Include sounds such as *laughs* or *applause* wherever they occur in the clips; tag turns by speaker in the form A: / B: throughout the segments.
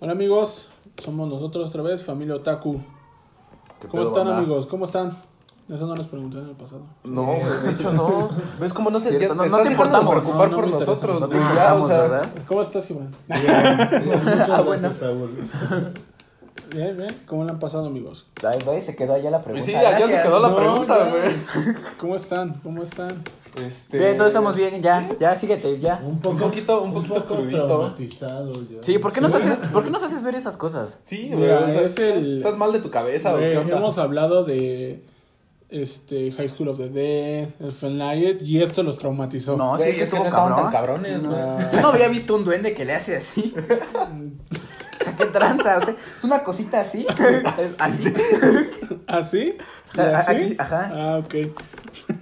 A: Hola amigos, somos nosotros otra vez, familia Otaku.
B: ¿Qué
A: ¿Cómo
B: pedo,
A: están
B: banda?
A: amigos? ¿Cómo están? Eso no les pregunté en el pasado.
B: No, güey, de hecho *laughs* no.
C: ¿Ves cómo no te,
B: Cierto,
C: ya
B: no-
C: te
B: no
C: estás
B: te
C: dejando
B: importamos,
A: no,
C: preocupar
A: no
C: por
A: me interesa,
C: nosotros,
B: No te
C: güey, ya,
B: importamos,
C: o sea,
B: ¿verdad?
A: ¿Cómo estás, Gibran?
C: Ah,
D: Muchas
C: bueno.
D: gracias, Saúl.
A: Bien, bien. ¿Cómo le han pasado amigos?
C: Ay, güey, se quedó allá la
B: Y Pues
C: pregunta.
B: sí, ya, ya se
C: gracias.
B: quedó la
A: No,
B: pregunta,
A: ya.
B: güey.
A: ¿Cómo están? ¿Cómo están?
B: Este...
C: Bien, todos estamos bien, ya, ya, síguete, ya.
D: Un poco,
B: Un poquito, un poquito crudito.
D: traumatizado ya.
C: Sí, ¿por qué, nos haces, ¿por qué nos haces ver esas cosas?
B: Sí, güey.
A: Mira,
B: o sea,
A: es el-
B: Estás mal de tu cabeza, güey.
A: Eh,
B: ¿qué onda?
A: hemos hablado de este High School of the Dead, el Fenlight, y esto los traumatizó.
C: No,
B: Güey,
C: sí,
B: es que
C: estuvo
B: no estaban tan
C: cabrón.
B: cabrones, güey.
C: Yo no había visto un duende que le hace
B: *laughs*
C: así. o sea, qué tranza, o sea, es una
B: *laughs*
C: cosita así. así.
A: ¿Así? ¿Ah, ¿Y
C: sea,
A: así?
C: aquí, ajá.
A: Ah, ok.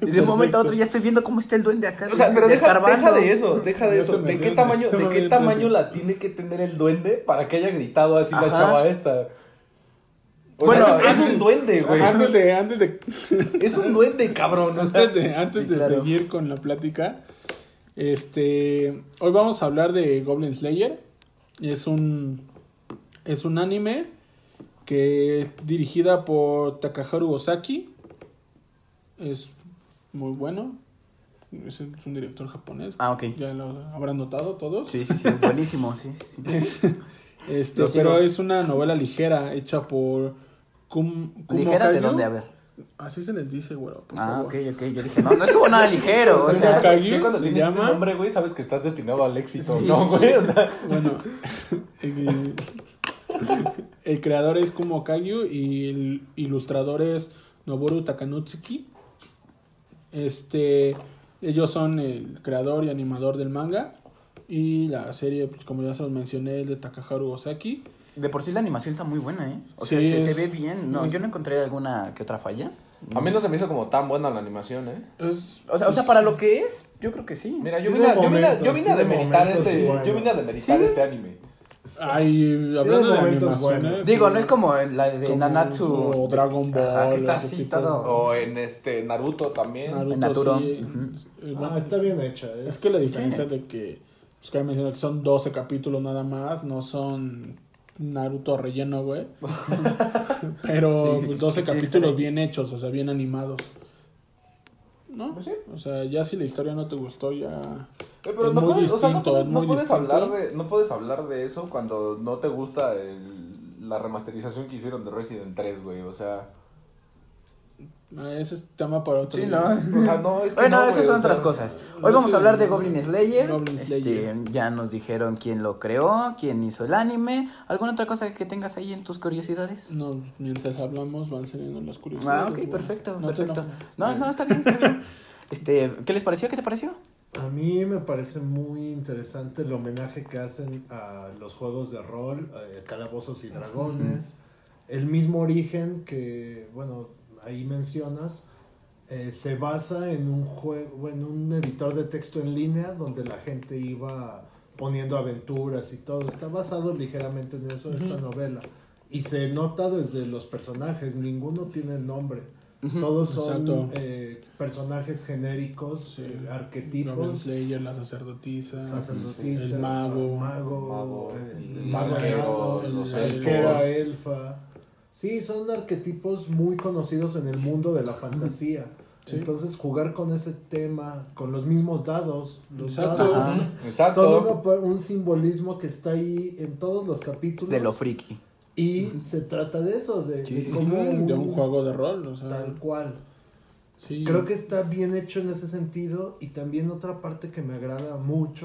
C: Y de un momento a otro ya estoy viendo cómo está el duende acá.
B: O sea, pero deja,
C: escarbando.
B: deja de eso, deja de
A: Ya
B: eso.
A: se me
B: ¿De
A: dio
B: qué
A: el-
B: tamaño,
A: se
B: de
A: me
B: qué
A: dio el
B: tamaño
A: precio.
B: la tiene que tener el duende para que haya gritado así la
C: Ajá.
B: chava esta? O
C: Bueno,
B: sea, es, un- es
C: antes-
B: un duende, güey.
A: Antes de, antes de
B: Es un duende, cabrón. o sea,
A: Antes de, antes
C: Sí,
A: de
C: claro.
A: seguir con la plática, este, hoy vamos a hablar de Goblin Slayer. Es un, es un anime que es dirigida por Takaharu Ozaki. Es muy bueno. Es, es un director japonés.
C: Ah, ok.
A: Ya lo habrán notado todos.
C: Sí, sí, sí, es buenísimo, sí, sí. sí.
A: Este,
C: Lo sigo.
A: pero es una novela ligera hecha por Kum, Kumo
C: ¿Ligera de
A: Kaiju.
C: dónde? A ver.
A: Así se les dice, güero. por
C: Ah,
A: favor.
C: ok, ok. Yo dije, no, no estuvo nada
A: *laughs*
C: ligero, o
B: o
C: sea.
B: sea,
A: Kagi
B: tú cuando
A: se
B: tienes ese
A: llama.
B: nombre, güey, sabes que estás destinado al éxito,
C: Sí,
B: ¿no,
C: sí,
B: güey? O sea,
A: Bueno, el, el creador es Kumo Kagyu y el ilustrador es Noboru Takanutsuki. Este, ellos son el creador y animador del manga. Y la serie, pues, como ya se los mencioné, es de Takaharu Ozaki.
C: De por sí la animación está muy buena, ¿eh? O
A: Sí,
C: sea, se, se
A: es-
C: ve bien. No,
A: es-
C: yo no encontré alguna que otra falla.
B: a mí no se me hizo como tan buena la animación, ¿eh?
A: Es,
C: O sea, o sea, para lo que es, yo creo que sí.
B: Mira, yo
D: Tiene
B: vine, a- yo vine a-
D: momentos,
B: yo vine a
D: tiene
B: demeritar
D: momentos
B: este,
D: buenos.
B: yo vine a demeritar
C: Sí.
B: este anime.
A: ay, hablando de
D: momentos
A: animaciones. eh,
D: buenos.
C: Digo, no es como en la de
A: como-
C: Nanatsu.
A: o Dragon Ball.
C: Ajá, que está
A: ese
C: así
A: tipo.
C: todo.
B: O en este Naruto también.
A: Naruto,
C: Naturo.
A: sí.
C: Ujú.
A: Eh, bueno,
D: Ah, está bien hecha. ¿eh?
A: Es que la diferencia es de que, pues que mencionar que son 12 capítulos nada más, no son Naruto relleno,
C: *laughs*
A: güey. Pero
C: Sí, sí,
A: pues, 12
C: sí, sí,
A: capítulos
C: sí.
A: bien hechos, o sea, bien animados. ¿No?
B: Pues sí.
A: O sea, ya si la historia no te gustó, ya.
B: Eh, pero
A: Es
B: no
A: muy
B: puedes, o sea, no
A: distinto,
B: puedes-
A: es
B: no
A: muy
B: puedes
A: distinto.
B: hablar de, no puedes hablar de eso cuando no te gusta el- la remasterización que hicieron de Resident 3, güey. O sea,
A: ah, Ese es tema para otro.
C: Sí,
A: día.
C: ¿no?
B: o sea, no es que
C: Bueno,
B: no,
C: esas
B: güey,
C: son
B: o sea,
C: otras cosas.
A: no
C: Hoy vamos
A: sé,
C: a hablar de
A: no,
C: Goblin Slayer.
A: Goblin
C: Este,
A: Slayer.
C: ya nos dijeron quién lo creó, quién hizo el anime. ¿Alguna otra cosa que tengas ahí en tus curiosidades?
A: No, mientras hablamos van saliendo las curiosidades.
C: Ah, ok,
A: güey.
C: perfecto,
A: No te
C: perfecto.
A: enojes.
C: No, no, está bien, está bien. Este, ¿qué les pareció? ¿Qué te pareció?
D: A mí me parece muy interesante el homenaje que hacen a los juegos de rol, eh, Calabozos y Dragones. El mismo origen que, bueno, ahí mencionas, eh, se basa en un juego, en un editor de texto en línea donde la gente iba poniendo aventuras y todo. Está basado ligeramente en eso esta novela. Y se nota desde los personajes, ninguno tiene nombre. Todos
A: Exacto.
D: son eh, personajes genéricos,
A: Sí.
D: eh,
A: Goblin
D: arquetipos,
A: Slayer, la sacerdotisa,
D: sacerdotisa,
A: el mago.
D: mago,
B: Mago,
D: este,
B: el
D: mago
A: arquero,
D: enano,
A: los
D: la
A: elfos.
D: arquera elfa. Sí, son arquetipos muy conocidos en el mundo de la fantasía.
A: Sí.
D: Entonces jugar con ese tema, con los mismos dados, los
A: Exacto.
D: dados
C: Ajá.
B: Exacto.
D: son una pa- un simbolismo que está ahí en todos los capítulos
C: De lo friki.
D: y se trata de eso, de,
C: Sí,
D: de
C: sí, sí.
D: cómo
A: Mm, de un
D: un-
A: juego de rol, o sea,
D: tal cual.
A: sí.
D: Creo que está bien hecho en ese sentido y también otra parte que me agrada mucho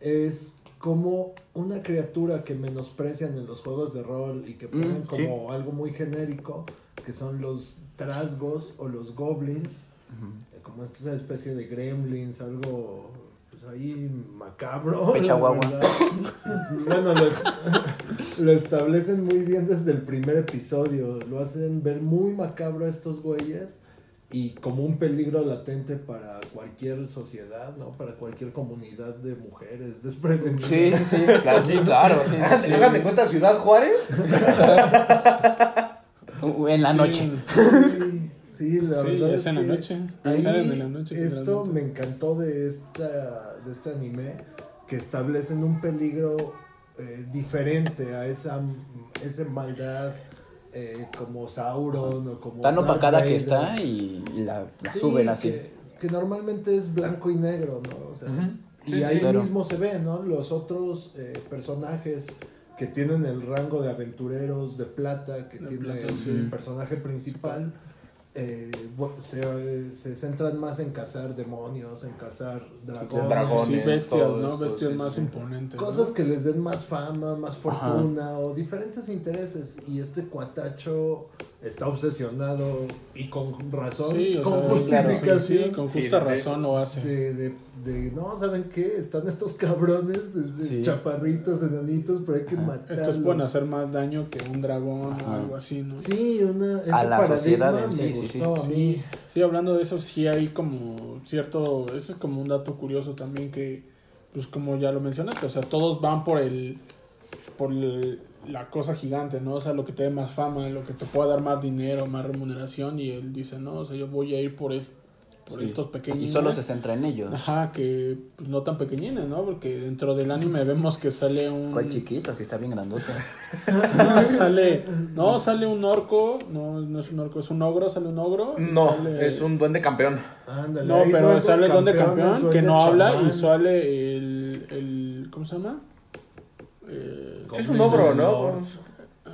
D: es como una criatura que menosprecian en los juegos de rol y que ponen
C: Mm, sí.
D: como algo muy genérico, que son los trasgos o los goblins, eh, como esta especie de gremlins, algo pues ahí macabro. la
C: Pecha guagua.
D: verdad. *laughs* bueno, lo, es- lo *laughs* establecen muy bien desde el primer episodio, lo hacen ver muy macabro a estos güeyes y como un peligro latente para cualquier sociedad, ¿no? Para cualquier comunidad de mujeres *laughs* desprevenidas.
C: Sí, sí, sí, claro, sí, claro, sí, sí, sí.
B: Hagan de cuenta Ciudad Juárez.
C: U- *laughs* En la
A: Sí.
C: noche.
D: Sí, sí, la
A: Sí,
D: verdad
A: es
D: es
A: en la
D: que
A: noche.
D: ahí
A: Salen de la noche,
D: esto
A: generalmente.
D: me encantó de esta de este anime que establecen un peligro eh, diferente a esa, esa maldad eh, como Sauron o como...
C: Tan
D: Darth
C: opacada que
D: Vader.
C: está y, y la, la
D: Sí,
C: suben así.
D: Que, que normalmente es blanco y negro, ¿no? O sea,
B: Sí,
D: y ahí
C: sí. Claro.
D: mismo se ve, ¿no? Los otros eh, personajes que tienen el rango de aventureros de plata que
A: De
D: tiene
A: plata,
D: el
A: sí.
D: personaje principal. eh, bu- se, eh, se centran más en cazar demonios, en cazar dragones,
B: dragones.
A: Sí,
B: Pones
A: bestias,
B: todo
A: ¿no?
B: eso,
A: Bestias
B: sí,
A: más
B: sí.
A: imponentes. ¿no?
D: cosas que les den más fama, más
C: Ajá.
D: fortuna o diferentes intereses. Y este cuatacho está obsesionado y con razón,
A: Sí, o
D: con
A: sea,
D: justificación.
A: claro, sí, con
B: Sí,
A: justa
B: sí, sí.
A: razón lo hace.
D: de, de, de, no, ¿saben qué? Están estos cabrones, de- de
C: Sí.
D: chaparritos, enanitos, pero hay que
C: Ajá.
D: matarlos.
A: Estos pueden hacer más daño que un dragón o
C: Ajá.
A: algo así, ¿no? Sí.
D: Sí, una, ese
C: la
D: paradigma
C: sociedad en
D: me
C: sí, sí, sí.
D: gustó a mí.
A: hablando de eso, sí hay como cierto, ese es como un dato curioso también que, pues como ya lo mencionaste, o sea, todos van por el, por el- la cosa gigante, ¿no? O sea, lo que te dé más fama, lo que te pueda dar más dinero, más remuneración, y él dice, no, o sea, yo voy a ir por, es, por
C: Sí.
A: estos pequeños.
C: Y solo se centra en ellos.
A: Ajá, que pues, no tan pequeñines, ¿no? Porque dentro del anime vemos que sale un... *laughs*
C: ¿Cuál chiquito? Si está bien grandote.
A: sale, no, sale un orco, no, no es un orco, es un ogro, sale un ogro. y
B: No,
A: sale-
B: es un duende campeón.
D: Ándale,
A: No,
D: hay
A: pero
D: duendes
A: sale el don de
D: campeones,
A: campeón, que
D: duende
A: no habla y
D: chamán.
A: sale el, el ¿cómo se llama? Eh,
B: Sí, es un ogro, ¿no?
D: Combinador.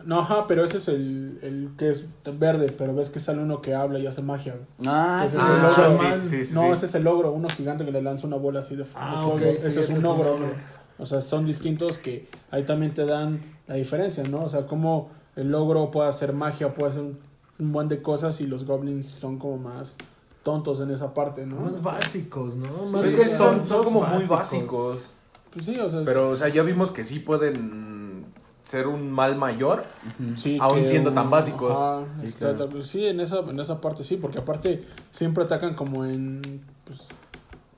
A: no, ajá, pero ese es el, el que es verde, pero ves que sale uno que habla y hace magia. güey.
C: Ah, sí.
D: Ese
A: es
C: sí,
A: el
C: sí.
A: otro.
B: sí, sí, sí.
A: no,
B: sí.
A: ese es el ogro, uno gigante que le lanza una bola así de, de
D: Ah,
A: fuego.
D: ok, sí,
A: ese es
D: ese
A: un
D: es
A: ogro.
D: un ogro.
A: O sea, son distintos que ahí también te dan la diferencia, ¿no? O sea, cómo el ogro puede hacer magia, puede hacer un, un buen de cosas y los goblins son como más tontos en esa parte, ¿no?
D: Más básicos, ¿no? Más
B: Pero es
A: Sí,
B: que son, son como muy básicos.
A: Pues sí, o sea, es-
B: Pero, o sea, ya vimos que sí pueden ser un mal mayor.
A: Sí,
B: Aún
A: que
B: siendo
A: un-
B: tan básicos.
A: ajá,
C: Sí,
A: está-
C: claro.
A: pues sí, en esa, en esa parte sí, porque aparte siempre atacan como en pues,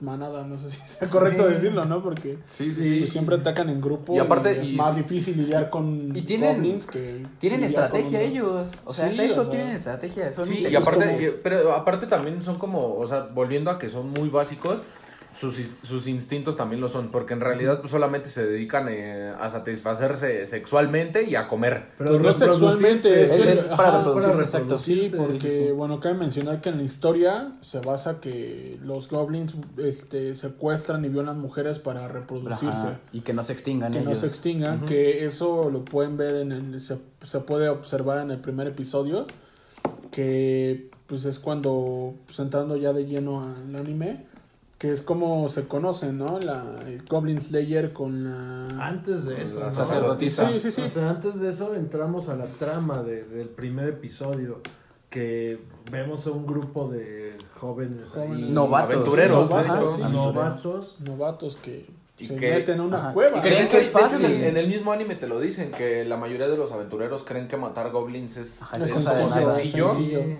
A: manada, no sé si sea
D: Sí.
A: correcto decirlo, ¿no? Porque
B: Sí,
A: pues, siempre atacan en grupo
B: Y aparte-
A: es
B: y-
A: más difícil lidiar con
C: Y tienen-
A: goblins que
C: Tienen
A: lidiar con
C: estrategia
A: un-
C: ellos. O sea,
A: Sí,
C: hasta eso
A: o sea.
C: tienen estrategia. Son
B: Sí, y
C: inteligentes.
B: aparte,
C: Como-
B: eh, pero aparte también son como, o sea, volviendo a que son muy básicos, sus, is- sus instintos también lo son, porque en realidad pues, solamente se dedican eh, a satisfacerse sexualmente y a comer.
D: Pero
A: Pues no sexualmente,
D: reproducirse,
A: es que-
D: es
A: ajá,
D: para
A: es para
D: reproducirse,
C: reproducir.
A: Sí,
D: Sí,
A: porque
C: sí, sí.
A: bueno, cabe mencionar que en la historia se basa que los goblins este, secuestran y violan mujeres para reproducirse.
C: Ajá, Y que no se extingan
A: que no
C: ellos.
A: se extingan, que eso lo pueden ver en el, se, se puede observar en el primer episodio, que pues es cuando, pues entrando ya de lleno al anime, que es como se conocen, ¿no? La, el Goblin Slayer con la...
C: Ah.
D: Antes de eso,
B: La
D: ¿no?
C: sacerdotisa.
A: Sí, sí, sí.
D: O sea, antes de eso entramos a la trama de- del primer episodio que vemos a un grupo de jóvenes, ahí,
A: Jóvenes.
C: Novatos.
B: Aventureros,
A: Novatos,
B: de hecho.
A: sí.
D: novatos.
A: Novatos que
B: Y
A: se
B: que-
A: meten en una
C: ajá.
A: cueva.
C: Y creen
A: ¿no?
C: que es
B: De hecho, en el-
C: fácil.
B: En, el mismo anime te lo dicen, que la mayoría de los aventureros creen que matar goblins es,
C: Ajá,
A: Es
B: es
A: sencillo,
B: sencillo.
A: sencillo.
D: Sí.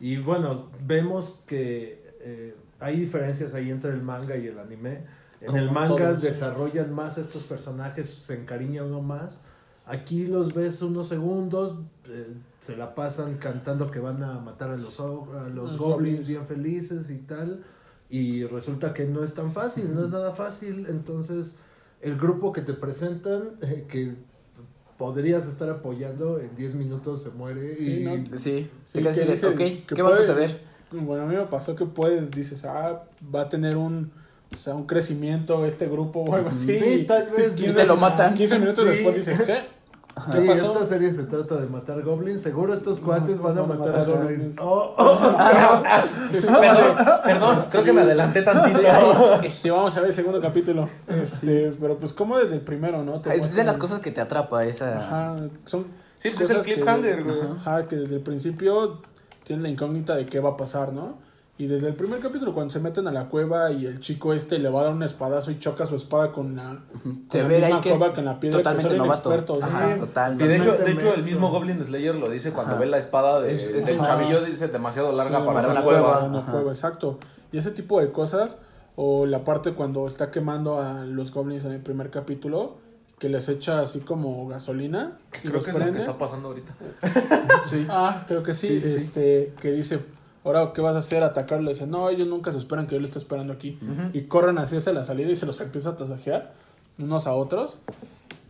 D: Y bueno, vemos que eh, hay diferencias ahí entre el manga y el anime. En
A: Como
D: el manga
A: todos.
D: desarrollan más estos personajes, se encariña uno más. Aquí los ves unos segundos, eh, se la pasan cantando que van a matar a los, og- a los
A: Los
D: goblins
A: goblins.
D: bien felices y tal. Y resulta que no es tan fácil, no es nada fácil. Entonces, el grupo que te presentan, eh, que podrías estar apoyando, en 10 minutos se muere.
A: Sí,
D: y
A: ¿no?
C: Sí,
A: Sí,
C: te quedas
A: que
C: así de,
A: dicen
C: ok,
A: que
C: ¿qué va a
A: puede-
C: suceder?
A: Bueno, a mí me pasó que puedes, dices, ah, va a tener un, o sea, un crecimiento este grupo o algo así.
D: Sí, tal vez.
A: Y
C: Y te lo matan.
A: 15 minutos
D: Sí.
A: después dices,
C: *laughs*
A: ¿qué?
D: Sí,
A: ¿Qué pasó?
D: esta serie se trata de matar goblins. Seguro estos cuates van a
A: van a
D: matar a
A: matar
D: goblins.
A: goblins.
D: Oh, oh.
A: Sí, sí,
B: Perdón, perdón, creo que me adelanté tantito.
A: sí. Sí, Este, vamos a ver el segundo capítulo. Este, pero pues como desde el primero, ¿no? Te
C: pues, Es de
A: muestran-
C: las cosas que te atrapa esa...
A: Ajá, son
B: Sí, pues es el
A: cosas que-
B: cliffhanger, güey.
A: Ajá, que desde el principio tienen la incógnita de qué va a pasar, ¿no? Y desde el primer capítulo, cuando se meten a la cueva y el chico este le va a dar un espadazo y choca su espada con la, con
C: Se
A: la
C: ve
A: misma
C: ahí que es
A: cueva que en la piedra, que
C: totalmente
A: son
C: novato.
A: inexpertos, ¿no?
C: Ajá,
B: Y
D: Sí.
B: de
C: totalmente.
B: hecho, de
D: Totalmente
B: hecho el
D: menso.
B: mismo Goblin Slayer lo dice cuando
C: Ajá.
B: ve la espada de,
C: Es- es-
B: del
A: Ajá.
B: chavillo, dice demasiado larga
A: Sí,
B: para,
A: para
B: una
C: una
B: cueva.
A: Ah, una
C: Ajá.
A: cueva, exacto. Y ese tipo de cosas, o la parte cuando está quemando a los goblins en el primer capítulo, que les echa así como gasolina y
B: Creo
A: los
B: que es lo que
A: prende.
B: está pasando ahorita.
A: Ah, creo que sí,
C: Sí, sí, sí.
A: este, que dice, ahora, ¿qué vas a hacer? Atacarlo. Le dice, no, ellos nunca se esperan que yo le esté esperando aquí. Y corren así hacia la salida y se los empieza a tasajear unos a otros.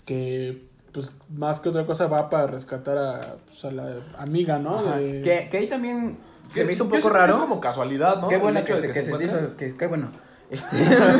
A: que pues más que otra cosa va para rescatar a, pues, a la amiga, ¿no?
C: Ajá.
A: De-
C: Que, que ahí también se me hizo un
B: Yo
C: poco
B: siento que
C: raro.
B: Es como casualidad, ¿no?
C: Qué
B: El
C: bueno
B: hecho
C: que,
B: de
C: se- que se
B: encuentren.
C: hizo, que, qué bueno. *laughs* Este,
A: un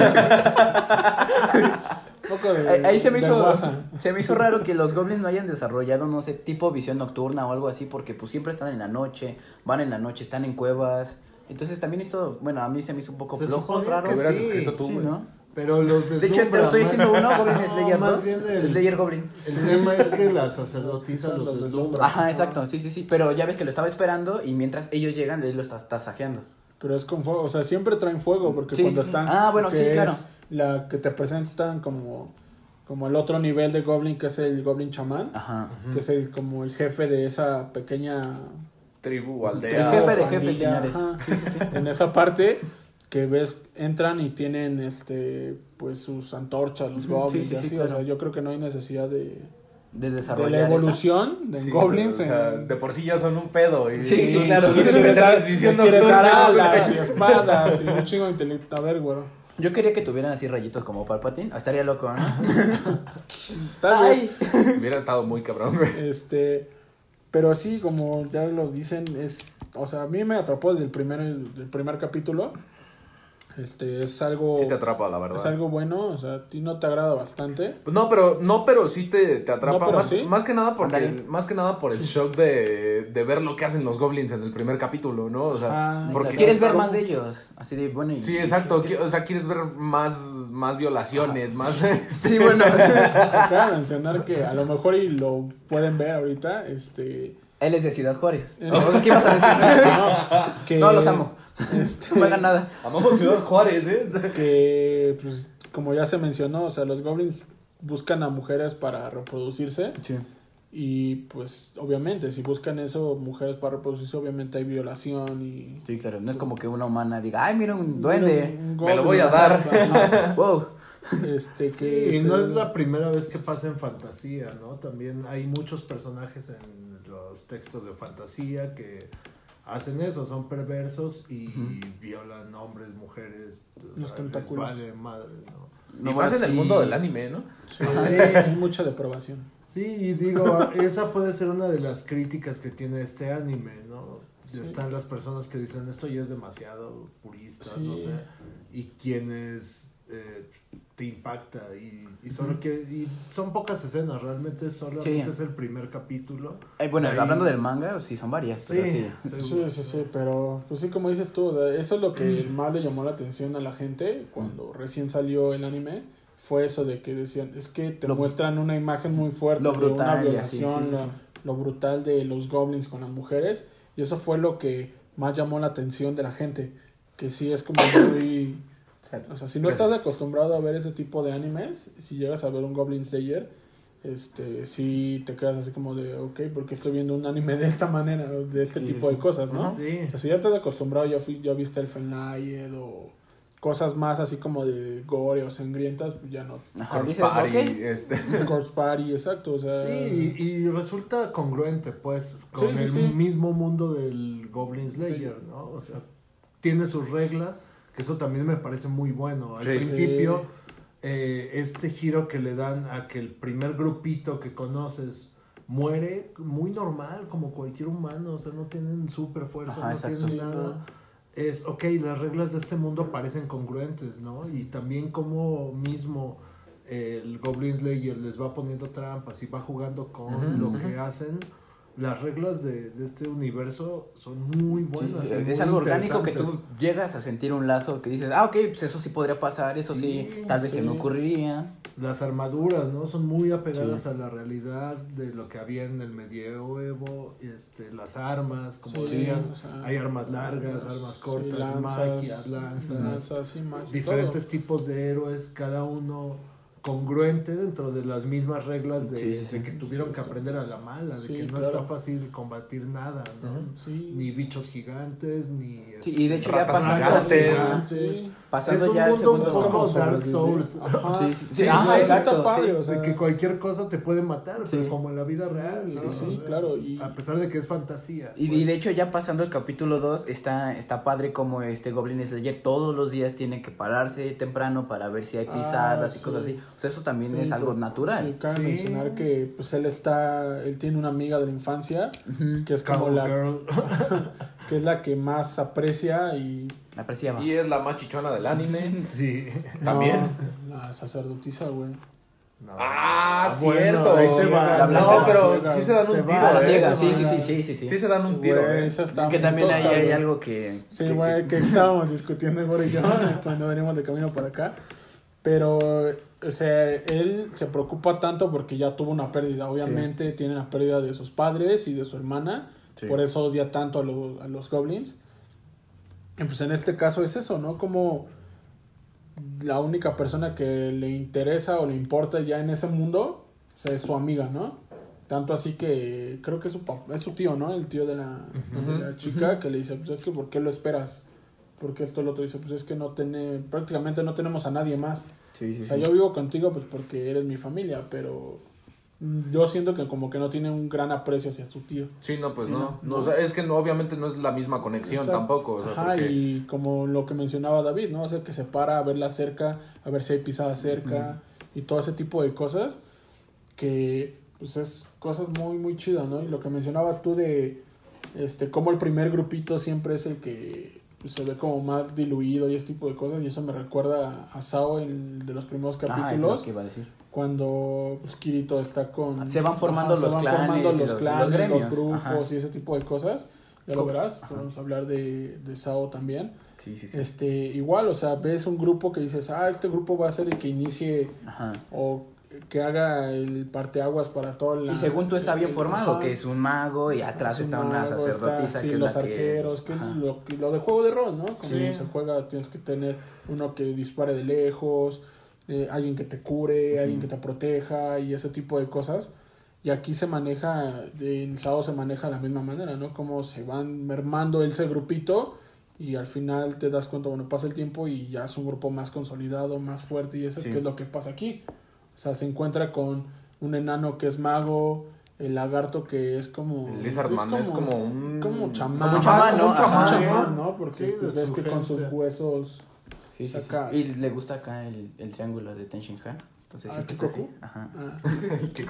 A: poco de-
C: ahí- ahí se me
A: de
C: hizo
A: guasa.
C: se me hizo raro que los goblins no hayan desarrollado no sé, tipo visión nocturna o algo así porque pues siempre están en la noche, van en la noche, están en cuevas. Entonces también hizo, bueno, a mí se me hizo un poco
D: Se
C: flojo,
D: supone
C: raro.
B: Que hubieras
D: Sí,
B: escrito tú,
C: Sí,
B: güey.
C: ¿no?
D: Pero los
C: De hecho, te
D: deslumbra,
C: estoy
D: ¿no?
C: diciendo uno, Goblin
D: *laughs* No,
C: Slayer
D: más
C: 2,
D: bien el-
C: Slayer Goblin.
D: El tema es que la sacerdotisa los deslumbra.
C: Ajá, exacto, sí, sí, sí. Pero ya ves que lo estaba esperando y mientras ellos llegan, él lo está tasajeando.
A: Pero es con fuego, o sea, siempre traen fuego porque
C: Sí,
A: cuando
C: sí, sí.
A: están...
C: Ah, bueno,
A: que
C: sí,
A: es
C: claro.
A: La que te presentan como, como el otro nivel de Goblin, que es el Goblin chamán,
C: Ajá.
A: que es el- como el jefe de esa pequeña
B: Tribu, aldea.
C: El jefe de
A: o
C: jefes,
A: pandilla,
C: señores.
A: ajá, En esa parte que ves, entran y tienen este pues sus antorchas, los
C: Ujú,
A: goblins,
C: sí,
A: y
C: sí, sí,
A: así,
C: claro.
A: o sea, yo creo que no hay necesidad de, de
C: De desarrollar.
A: la
C: esa.
A: evolución de
B: Sí,
A: goblins
B: o sea,
A: en-
B: de por sí ya son un pedo. Y,
C: Sí, sí, claro.
B: Les
A: Les
B: quieres
A: quieres
B: dar
A: dar,
B: visión
A: les quieres dar
B: nocturna,
A: alas
B: güey.
A: y espadas y un chingo de intelecto. A ver, güero.
C: Yo quería que tuvieran así rayitos como Palpatine. Ah, Estaría loco, ¿no?
A: Tal vez,
B: Hubiera estado muy cabrón, güey.
A: este, pero sí, como ya lo dicen, es, o sea, a mí me atrapó desde el primer, del primer capítulo. Este, es algo,
B: Sí te atrapa, la
A: es
B: verdad.
A: algo bueno, o sea, a ti no te agrada bastante.
B: No, pero, no, pero sí te, te atrapa.
A: No, pero
B: más,
A: sí.
B: más que nada porque,
C: Ándale.
B: más que nada por el shock de, de ver lo que hacen los goblins en el primer capítulo, ¿no? O sea,
A: Ah,
B: porque
C: ¿Quieres ver más de ellos? Así de, bueno. y-
B: Sí, exacto. qui- O sea, quieres ver más, más violaciones, más.
C: *laughs* Sí, bueno.
A: Acaba de mencionar que a lo mejor y lo pueden ver ahorita,
B: *laughs*
A: este...
C: Él es de Ciudad Juárez. ¿O ¿Qué vas a decir?
A: No, que-
C: No, los amo.
A: Este,
C: No hagan nada.
B: Amamos Ciudad Juárez, ¿eh?
A: que, pues, como ya se mencionó, o sea, los goblins buscan a mujeres para reproducirse
C: Sí.
A: y, pues, obviamente, si buscan eso, mujeres para reproducirse, obviamente hay violación y...
C: Sí, claro. No es como que una humana diga, ay, mira un duende.
A: Un
B: Me lo
A: goblin,
B: voy a
A: ajá, *laughs* ajá.
C: *laughs* Wow.
A: Este, que...
D: Y
A: es
D: no
A: el-
D: es la primera vez que pasa en fantasía, ¿no? También hay muchos personajes en los textos de fantasía que hacen eso, son perversos y violan hombres, mujeres. o
A: Los
D: sea,
A: tentáculos.
D: Les vale madre, ¿no?
B: Y más en el mundo del anime, ¿no?
A: Sí,
D: Sí.
A: hay mucha deprobación.
D: Sí, y digo, esa puede ser una de las críticas que tiene este anime, ¿no? Están las personas que dicen esto ya es demasiado purista,
A: Sí.
D: no sé, y quienes eh, te impacta y, y solo que y son pocas escenas, realmente solamente
C: Sí.
D: es el primer capítulo.
C: Eh, bueno,
D: Ahí-
C: hablando del manga, sí, son varias. Pero sí.
D: sí,
A: Sí, sí, sí, pero pues sí, como dices tú, o sea, eso es lo que
C: Mm.
A: más le llamó la atención a la gente cuando recién salió el anime, fue eso de que decían, es que te
C: Lo-
A: muestran una imagen muy fuerte
C: lo
A: de una
C: brutal y así,
A: violación,
C: sí, sí, sí.
A: Lo, lo brutal de los goblins con las mujeres, y eso fue lo que más llamó la atención de la gente, que sí es como muy... O sea, si no
B: Gracias.
A: estás acostumbrado a ver ese tipo de animes, si llegas a ver un Goblin Slayer, este, sí te quedas así como de, ok, porque estoy viendo un anime de esta manera, o de este
D: Sí,
A: tipo
D: sí.
A: de cosas, ¿no?
D: Sí.
A: O sea, si ya estás acostumbrado, ya, fui, ya viste el Fenlight o cosas más así como de gore o sangrientas, pues ya
D: *laughs*
A: no.
C: Ajá,
B: Con
C: dices,
B: Party,
C: ok.
B: este.
A: Corpse Party, exacto, o sea.
D: Sí, y, y resulta congruente, pues,
A: Sí,
D: con
A: sí,
D: el
A: sí.
D: mismo mundo del Goblin Slayer, ¿no? O sea, tiene sus reglas, que eso también me parece muy bueno. Al
B: Sí.
D: principio, eh, este giro que le dan a que el primer grupito que conoces muere muy normal, como cualquier humano, o sea, no tienen super fuerza,
C: Ajá,
D: no
C: exacto.
D: tienen
A: Sí,
D: nada. Es, ok, las reglas de este mundo parecen congruentes, ¿no? Y también como mismo eh, el Goblin Slayer les va poniendo trampas y va jugando con
B: Ujú,
D: lo
B: ujú.
D: que hacen. Las reglas de, de este universo son muy
C: Sí,
D: buenas.
C: sí,
D: y
C: es
D: muy
C: algo orgánico que tú
D: interesantes.
C: llegas a sentir un lazo que dices, ah, ok, pues eso sí podría pasar, eso sí,
D: Sí,
C: tal vez se
A: sí.
C: me ocurriría.
D: Las armaduras, ¿no? Son muy apegadas a la realidad de lo que había en el medioevo. Este, las armas, como
A: Sí,
D: decían,
A: o sea,
D: hay armas largas, armas
A: sí,
D: cortas, magias, lanzas.
A: lanzas y magia,
D: diferentes tipos de héroes, cada uno congruente dentro de las mismas reglas de,
C: Sí, sí, sí.
D: de que tuvieron que aprender a la mala, de
A: Sí,
D: que no
A: claro.
D: está fácil combatir nada, ¿no?
B: Ujú.
A: todo. Sí.
D: Ni bichos gigantes, ni...
C: Sí,
D: este,
C: y de hecho ya
B: Ratas
C: pasando,
D: ratas
B: gigantes.
D: gigantes.
A: Sí.
C: pasando
D: Es un
C: ya al
D: mundo un
C: segundo
A: Es como
D: poco
A: sobrevivir.
D: Dark Souls.
A: Ajá.
C: Sí, sí, sí,
A: Ajá,
C: sí, sí,
A: Ah, exacto,
C: exacto,
A: padre,
C: sí.
A: o sea,
D: de que cualquier cosa te puede matar,
C: Sí.
D: pero como en la vida real, ¿no?
A: Sí, sí, claro, y-
D: A pesar de que es fantasía.
C: Y,
D: pues.
C: y de hecho ya pasando el capítulo 2 está, está padre como este Goblin Slayer todos los días tiene que pararse temprano para ver si hay
A: Ah,
C: pisadas y
A: sí.
C: cosas así. O sea, eso también
A: Sí,
C: es algo
A: pero- Sí,
C: natural.
A: cabe
D: Sí.
A: mencionar que pues él está, él tiene una amiga de la infancia
C: Ujú.
A: que es como la,
D: Cowgirl. *laughs*
A: que es la que más aprecia y
C: La apreciaba.
B: Y es la más chichona del anime.
D: Sí. *laughs*
B: También.
A: No, la sacerdotisa, güey.
D: No.
B: Ah,
D: Bueno,
B: cierto.
D: ahí se va.
C: La
B: no,
C: blasfema.
B: pero
A: Ciega.
B: sí se dan un
D: Se va
B: tiro.
C: A la
B: ¿eh?
C: ciega,
A: eso
C: sí,
A: no
C: sí,
A: era-
C: sí, sí, sí, sí.
B: Sí se dan un tiro.
A: Güey,
B: ¿eh?
A: esa está
C: que
A: muy
C: también ahí
A: tosca,
C: hay
A: güey.
C: algo que...
A: Sí,
C: que-
A: güey,
C: que-
A: que estábamos discutiendo Gore y yo cuando veníamos de camino para acá. Pero, o sea, él se preocupa tanto porque ya tuvo una pérdida. Obviamente tiene la pérdida de sus padres y de su hermana.
C: Sí.
A: Por eso odia tanto a, lo- a los goblins. Y pues en este caso es eso, ¿no? Como la única persona que le interesa o le importa ya en ese mundo, o sea, es su amiga, ¿no? Tanto así que creo que es su, pap- es su tío, ¿no? El tío de la, de la chica que le dice, pues es que ¿por qué lo esperas? Porque esto lo otro dice, pues es que no tiene, prácticamente no tenemos a nadie más.
C: Sí, sí,
A: O sea,
C: sí.
A: yo vivo contigo pues porque eres mi familia, pero yo siento que como que no tiene un gran aprecio hacia su tío.
B: Sí, no, pues
A: Sí,
B: no.
A: no.
B: No, o sea, es que no, obviamente no es la misma conexión
A: Exacto.
B: tampoco. o sea,
A: Ajá,
B: porque-
A: y como lo que mencionaba David, ¿no? O sea, que se para a verla cerca, a ver si hay pisada cerca y todo ese tipo de cosas que, pues, es cosas muy, muy chidas, ¿no? Y lo que mencionabas tú de, este, como el primer grupito siempre es el que pues, se ve como más diluido y ese tipo de cosas y eso me recuerda a Sao en de los primeros
B: Ah,
C: Ajá, es lo
A: capítulos
C: que iba a decir.
A: cuando pues, Kirito está con...
C: Se van formando los clanes y
A: los,
C: los-
A: clanes,
C: los gremios,
A: los grupos
C: ajá.
A: y ese tipo de cosas. Ya lo
C: Co-
A: verás,
C: ajá.
A: podemos hablar de, de Sao también.
C: Sí, sí, sí.
A: Este, igual, o sea, ves un grupo que dices, ah, este grupo va a ser el que inicie
C: Ajá.
A: o que haga el parteaguas para todo la...
C: Y según tú está bien
A: el-
C: formado,
A: ajá.
C: que es un mago y atrás
A: Es un
C: está una
A: mago,
C: sacerdotisa
A: está- sí,
C: que es
A: los
C: la
A: arqueros, que
C: que...
A: es
C: Ajá.
A: lo, que- lo de juego de rol, ¿no? Como
D: Sí.
A: se juega, tienes que tener uno que dispare de lejos, eh, alguien que te cure, alguien que te proteja y ese tipo de cosas. Y aquí se maneja, en sábado se maneja de la misma manera, ¿no? Como se van mermando ese grupito y al final te das cuenta, bueno, pasa el tiempo y ya es un grupo más consolidado, más fuerte y eso
C: Sí.
A: que es lo que pasa aquí. O sea, se encuentra con un enano que es mago, el lagarto que es como...
B: El Lizard Man es como un-
A: Como chamán.
C: Como un chamán, ¿no?
A: Es como un
C: Ajá.
A: chamán, ¿no? Porque
D: Sí, de
A: pues, ves
D: su
A: que con sus
D: gente.
B: *laughs*
A: huesos...
C: Sí, sí, sí.
A: Saca-
C: Y le gusta acá el, el triángulo de Ten Shin Han. Entonces
A: Ah,
C: siempre
A: ¿qué
C: está así.
A: coco?
C: Ajá.
A: ah,
B: *laughs*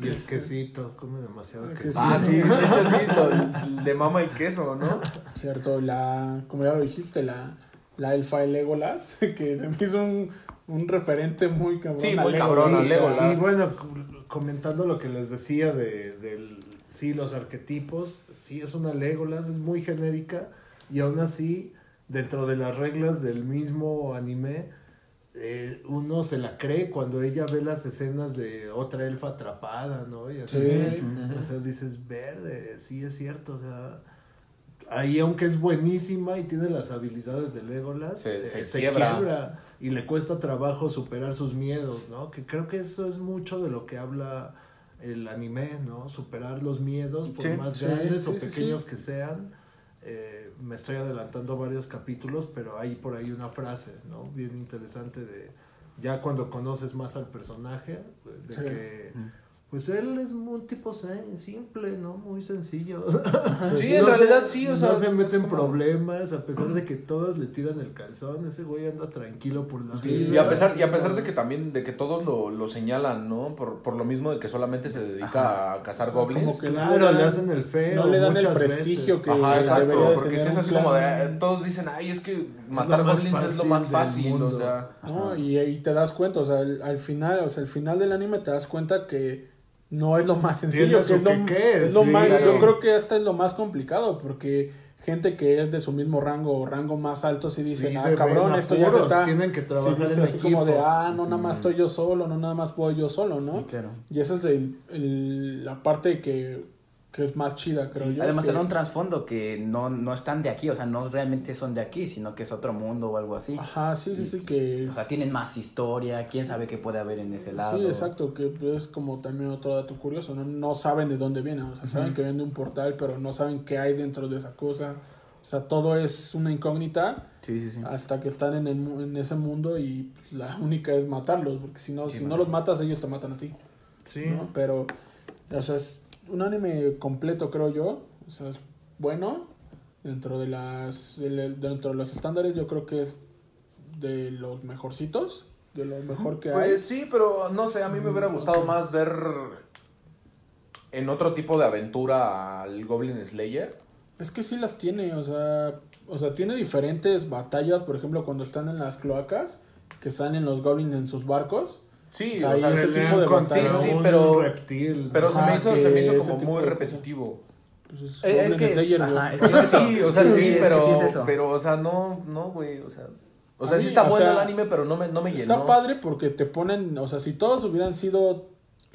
D: Y el quesito, come demasiado
A: Este. El
D: quesito.
B: Ah, sí, de hecho sí, lo- de mama y queso, ¿no?
A: Cierto, la, como ya lo dijiste, la, la elfa de Legolas, *laughs* que se me hizo un, un referente muy cabrón.
B: Sí,
A: a
B: muy
A: Legolas.
B: cabrón, a
A: O sea,
B: Legolas.
D: Y bueno, c- comentando lo que les decía de, del- sí, los arquetipos, sí, es una Legolas, es muy genérica y aún así, dentro de las reglas del mismo anime, eh, uno se la cree cuando ella ve las escenas de otra elfa atrapada, ¿no? Y así,
A: Sí.
D: o sea, dices, verde, sí es cierto, o sea... Ahí, aunque es buenísima y tiene las habilidades de Legolas, eh,
B: Se- se quiebra.
D: quiebra. y le cuesta trabajo superar sus miedos, ¿no? Que creo que eso es mucho de lo que habla el anime, ¿no? Superar los miedos, por
A: Sí,
D: más
A: sí,
D: grandes o
A: sí, sí,
D: pequeños
A: sí.
D: que sean. Eh, me estoy adelantando varios capítulos, pero hay por ahí una frase, ¿no? Bien interesante de ya cuando conoces más al personaje, de
A: Sí.
D: que
C: Ujú.
D: pues él es un tipo sen- simple, ¿no? Muy sencillo. *laughs*
B: Sí, en realidad sí, o sea,
D: No se mete en
B: como-
D: problemas, a pesar de que todas le tiran el calzón, ese güey anda tranquilo por la vida.
B: Y a pesar, y a pesar de que también, de que todos lo, lo señalan, ¿no? Por, por lo mismo de que solamente se dedica a cazar goblins.
A: Como que
D: Claro,
A: no le dan-
D: le hacen el feo
A: no le dan el
D: muchas
A: prestigio
D: veces.
A: que-
B: Ajá,
A: se debería
B: exacto,
A: de
B: porque
A: tener
B: si es
A: un
B: así como de,
A: plan-
B: todos dicen, ay, es que matar
D: más
B: goblins es lo
D: fácil
B: más
D: del
B: fácil, o
D: mundo.
B: sea.
A: ¿no?
C: Ajá.
A: Y ahí te das cuenta, o sea, al, al final, o sea, al final del anime te das cuenta que no es lo más sencillo,
D: Tiene
A: que
D: su
A: es lo,
D: qué,
A: es lo
D: sí,
A: más,
B: claro.
A: yo creo que hasta es lo más complicado, porque gente que es de su mismo rango o rango más alto sí dicen,
D: Sí,
A: ah,
D: se ven
A: cabrón, esto ya se
D: apuros,
A: está,
D: tienen que
A: sí,
D: trabajar
A: pues,
D: en
A: así como de,
D: equipo.
A: ah, no, nada más estoy yo solo, no, nada más puedo yo solo, ¿no?
C: Sí, claro.
A: Y esa es el- el- la parte que, que es más chida, creo yo.
C: Además
A: que-
C: te da un trasfondo que no, no están de aquí, o sea, no realmente son de aquí, sino que es otro mundo o algo así.
A: Ajá, sí, sí, Ah, sí, que...
C: O sea, tienen más historia, quién sabe qué puede haber en ese lado.
A: Sí, exacto, que es como también otro dato curioso, ¿no? No saben de dónde vienen, o sea, saben que vienen de un portal, pero no saben qué hay dentro de esa cosa. O sea, todo es una incógnita
C: Sí, sí, sí.
A: hasta que están en, el mu- en ese mundo y pues, la *laughs* única es matarlos, porque si no,
C: Sí,
A: si no
C: man.
A: los matas, ellos te matan a ti,
D: Sí.
A: ¿no? Pero, o sea, es un anime completo, creo yo, o sea, es bueno, dentro de, las, del- dentro de los estándares yo creo que es de los mejorcitos de lo mejor que hay. Mm,
B: Pues sí, pero no sé, a mí me hubiera gustado más ver en otro tipo de aventura al Goblin Slayer.
A: Es que sí las tiene, o sea, o sea, tiene diferentes batallas, por ejemplo, cuando están en las cloacas, que salen los goblins en sus barcos.
B: Sí,
A: O sea,
B: o
A: ahí
B: sea,
A: ese
B: sí,
A: tipo de
B: sí,
A: batalla.
B: sí,
D: un
B: pero,
D: reptil.
B: pero se
A: Ajá,
B: me hizo,
A: que
B: se me hizo
A: ese
B: como
A: tipo
B: muy
A: de cosas.
B: repetitivo.
A: Pues es,
C: Eh, es
A: Goblin
C: que-
A: Slayer, güey.
C: ajá, es
B: O sea, Pues
C: eso.
B: sí, o sea,
C: Sí,
B: sí,
C: es que
B: pero,
C: sí es eso.
B: pero, o sea, no, no, güey, o sea, o sea,
A: A
B: sí
A: mí,
B: está
A: o
B: bueno
A: sea,
B: el anime, pero no me, no me
A: Está
B: llenó.
A: padre porque te ponen, o sea, si todos hubieran sido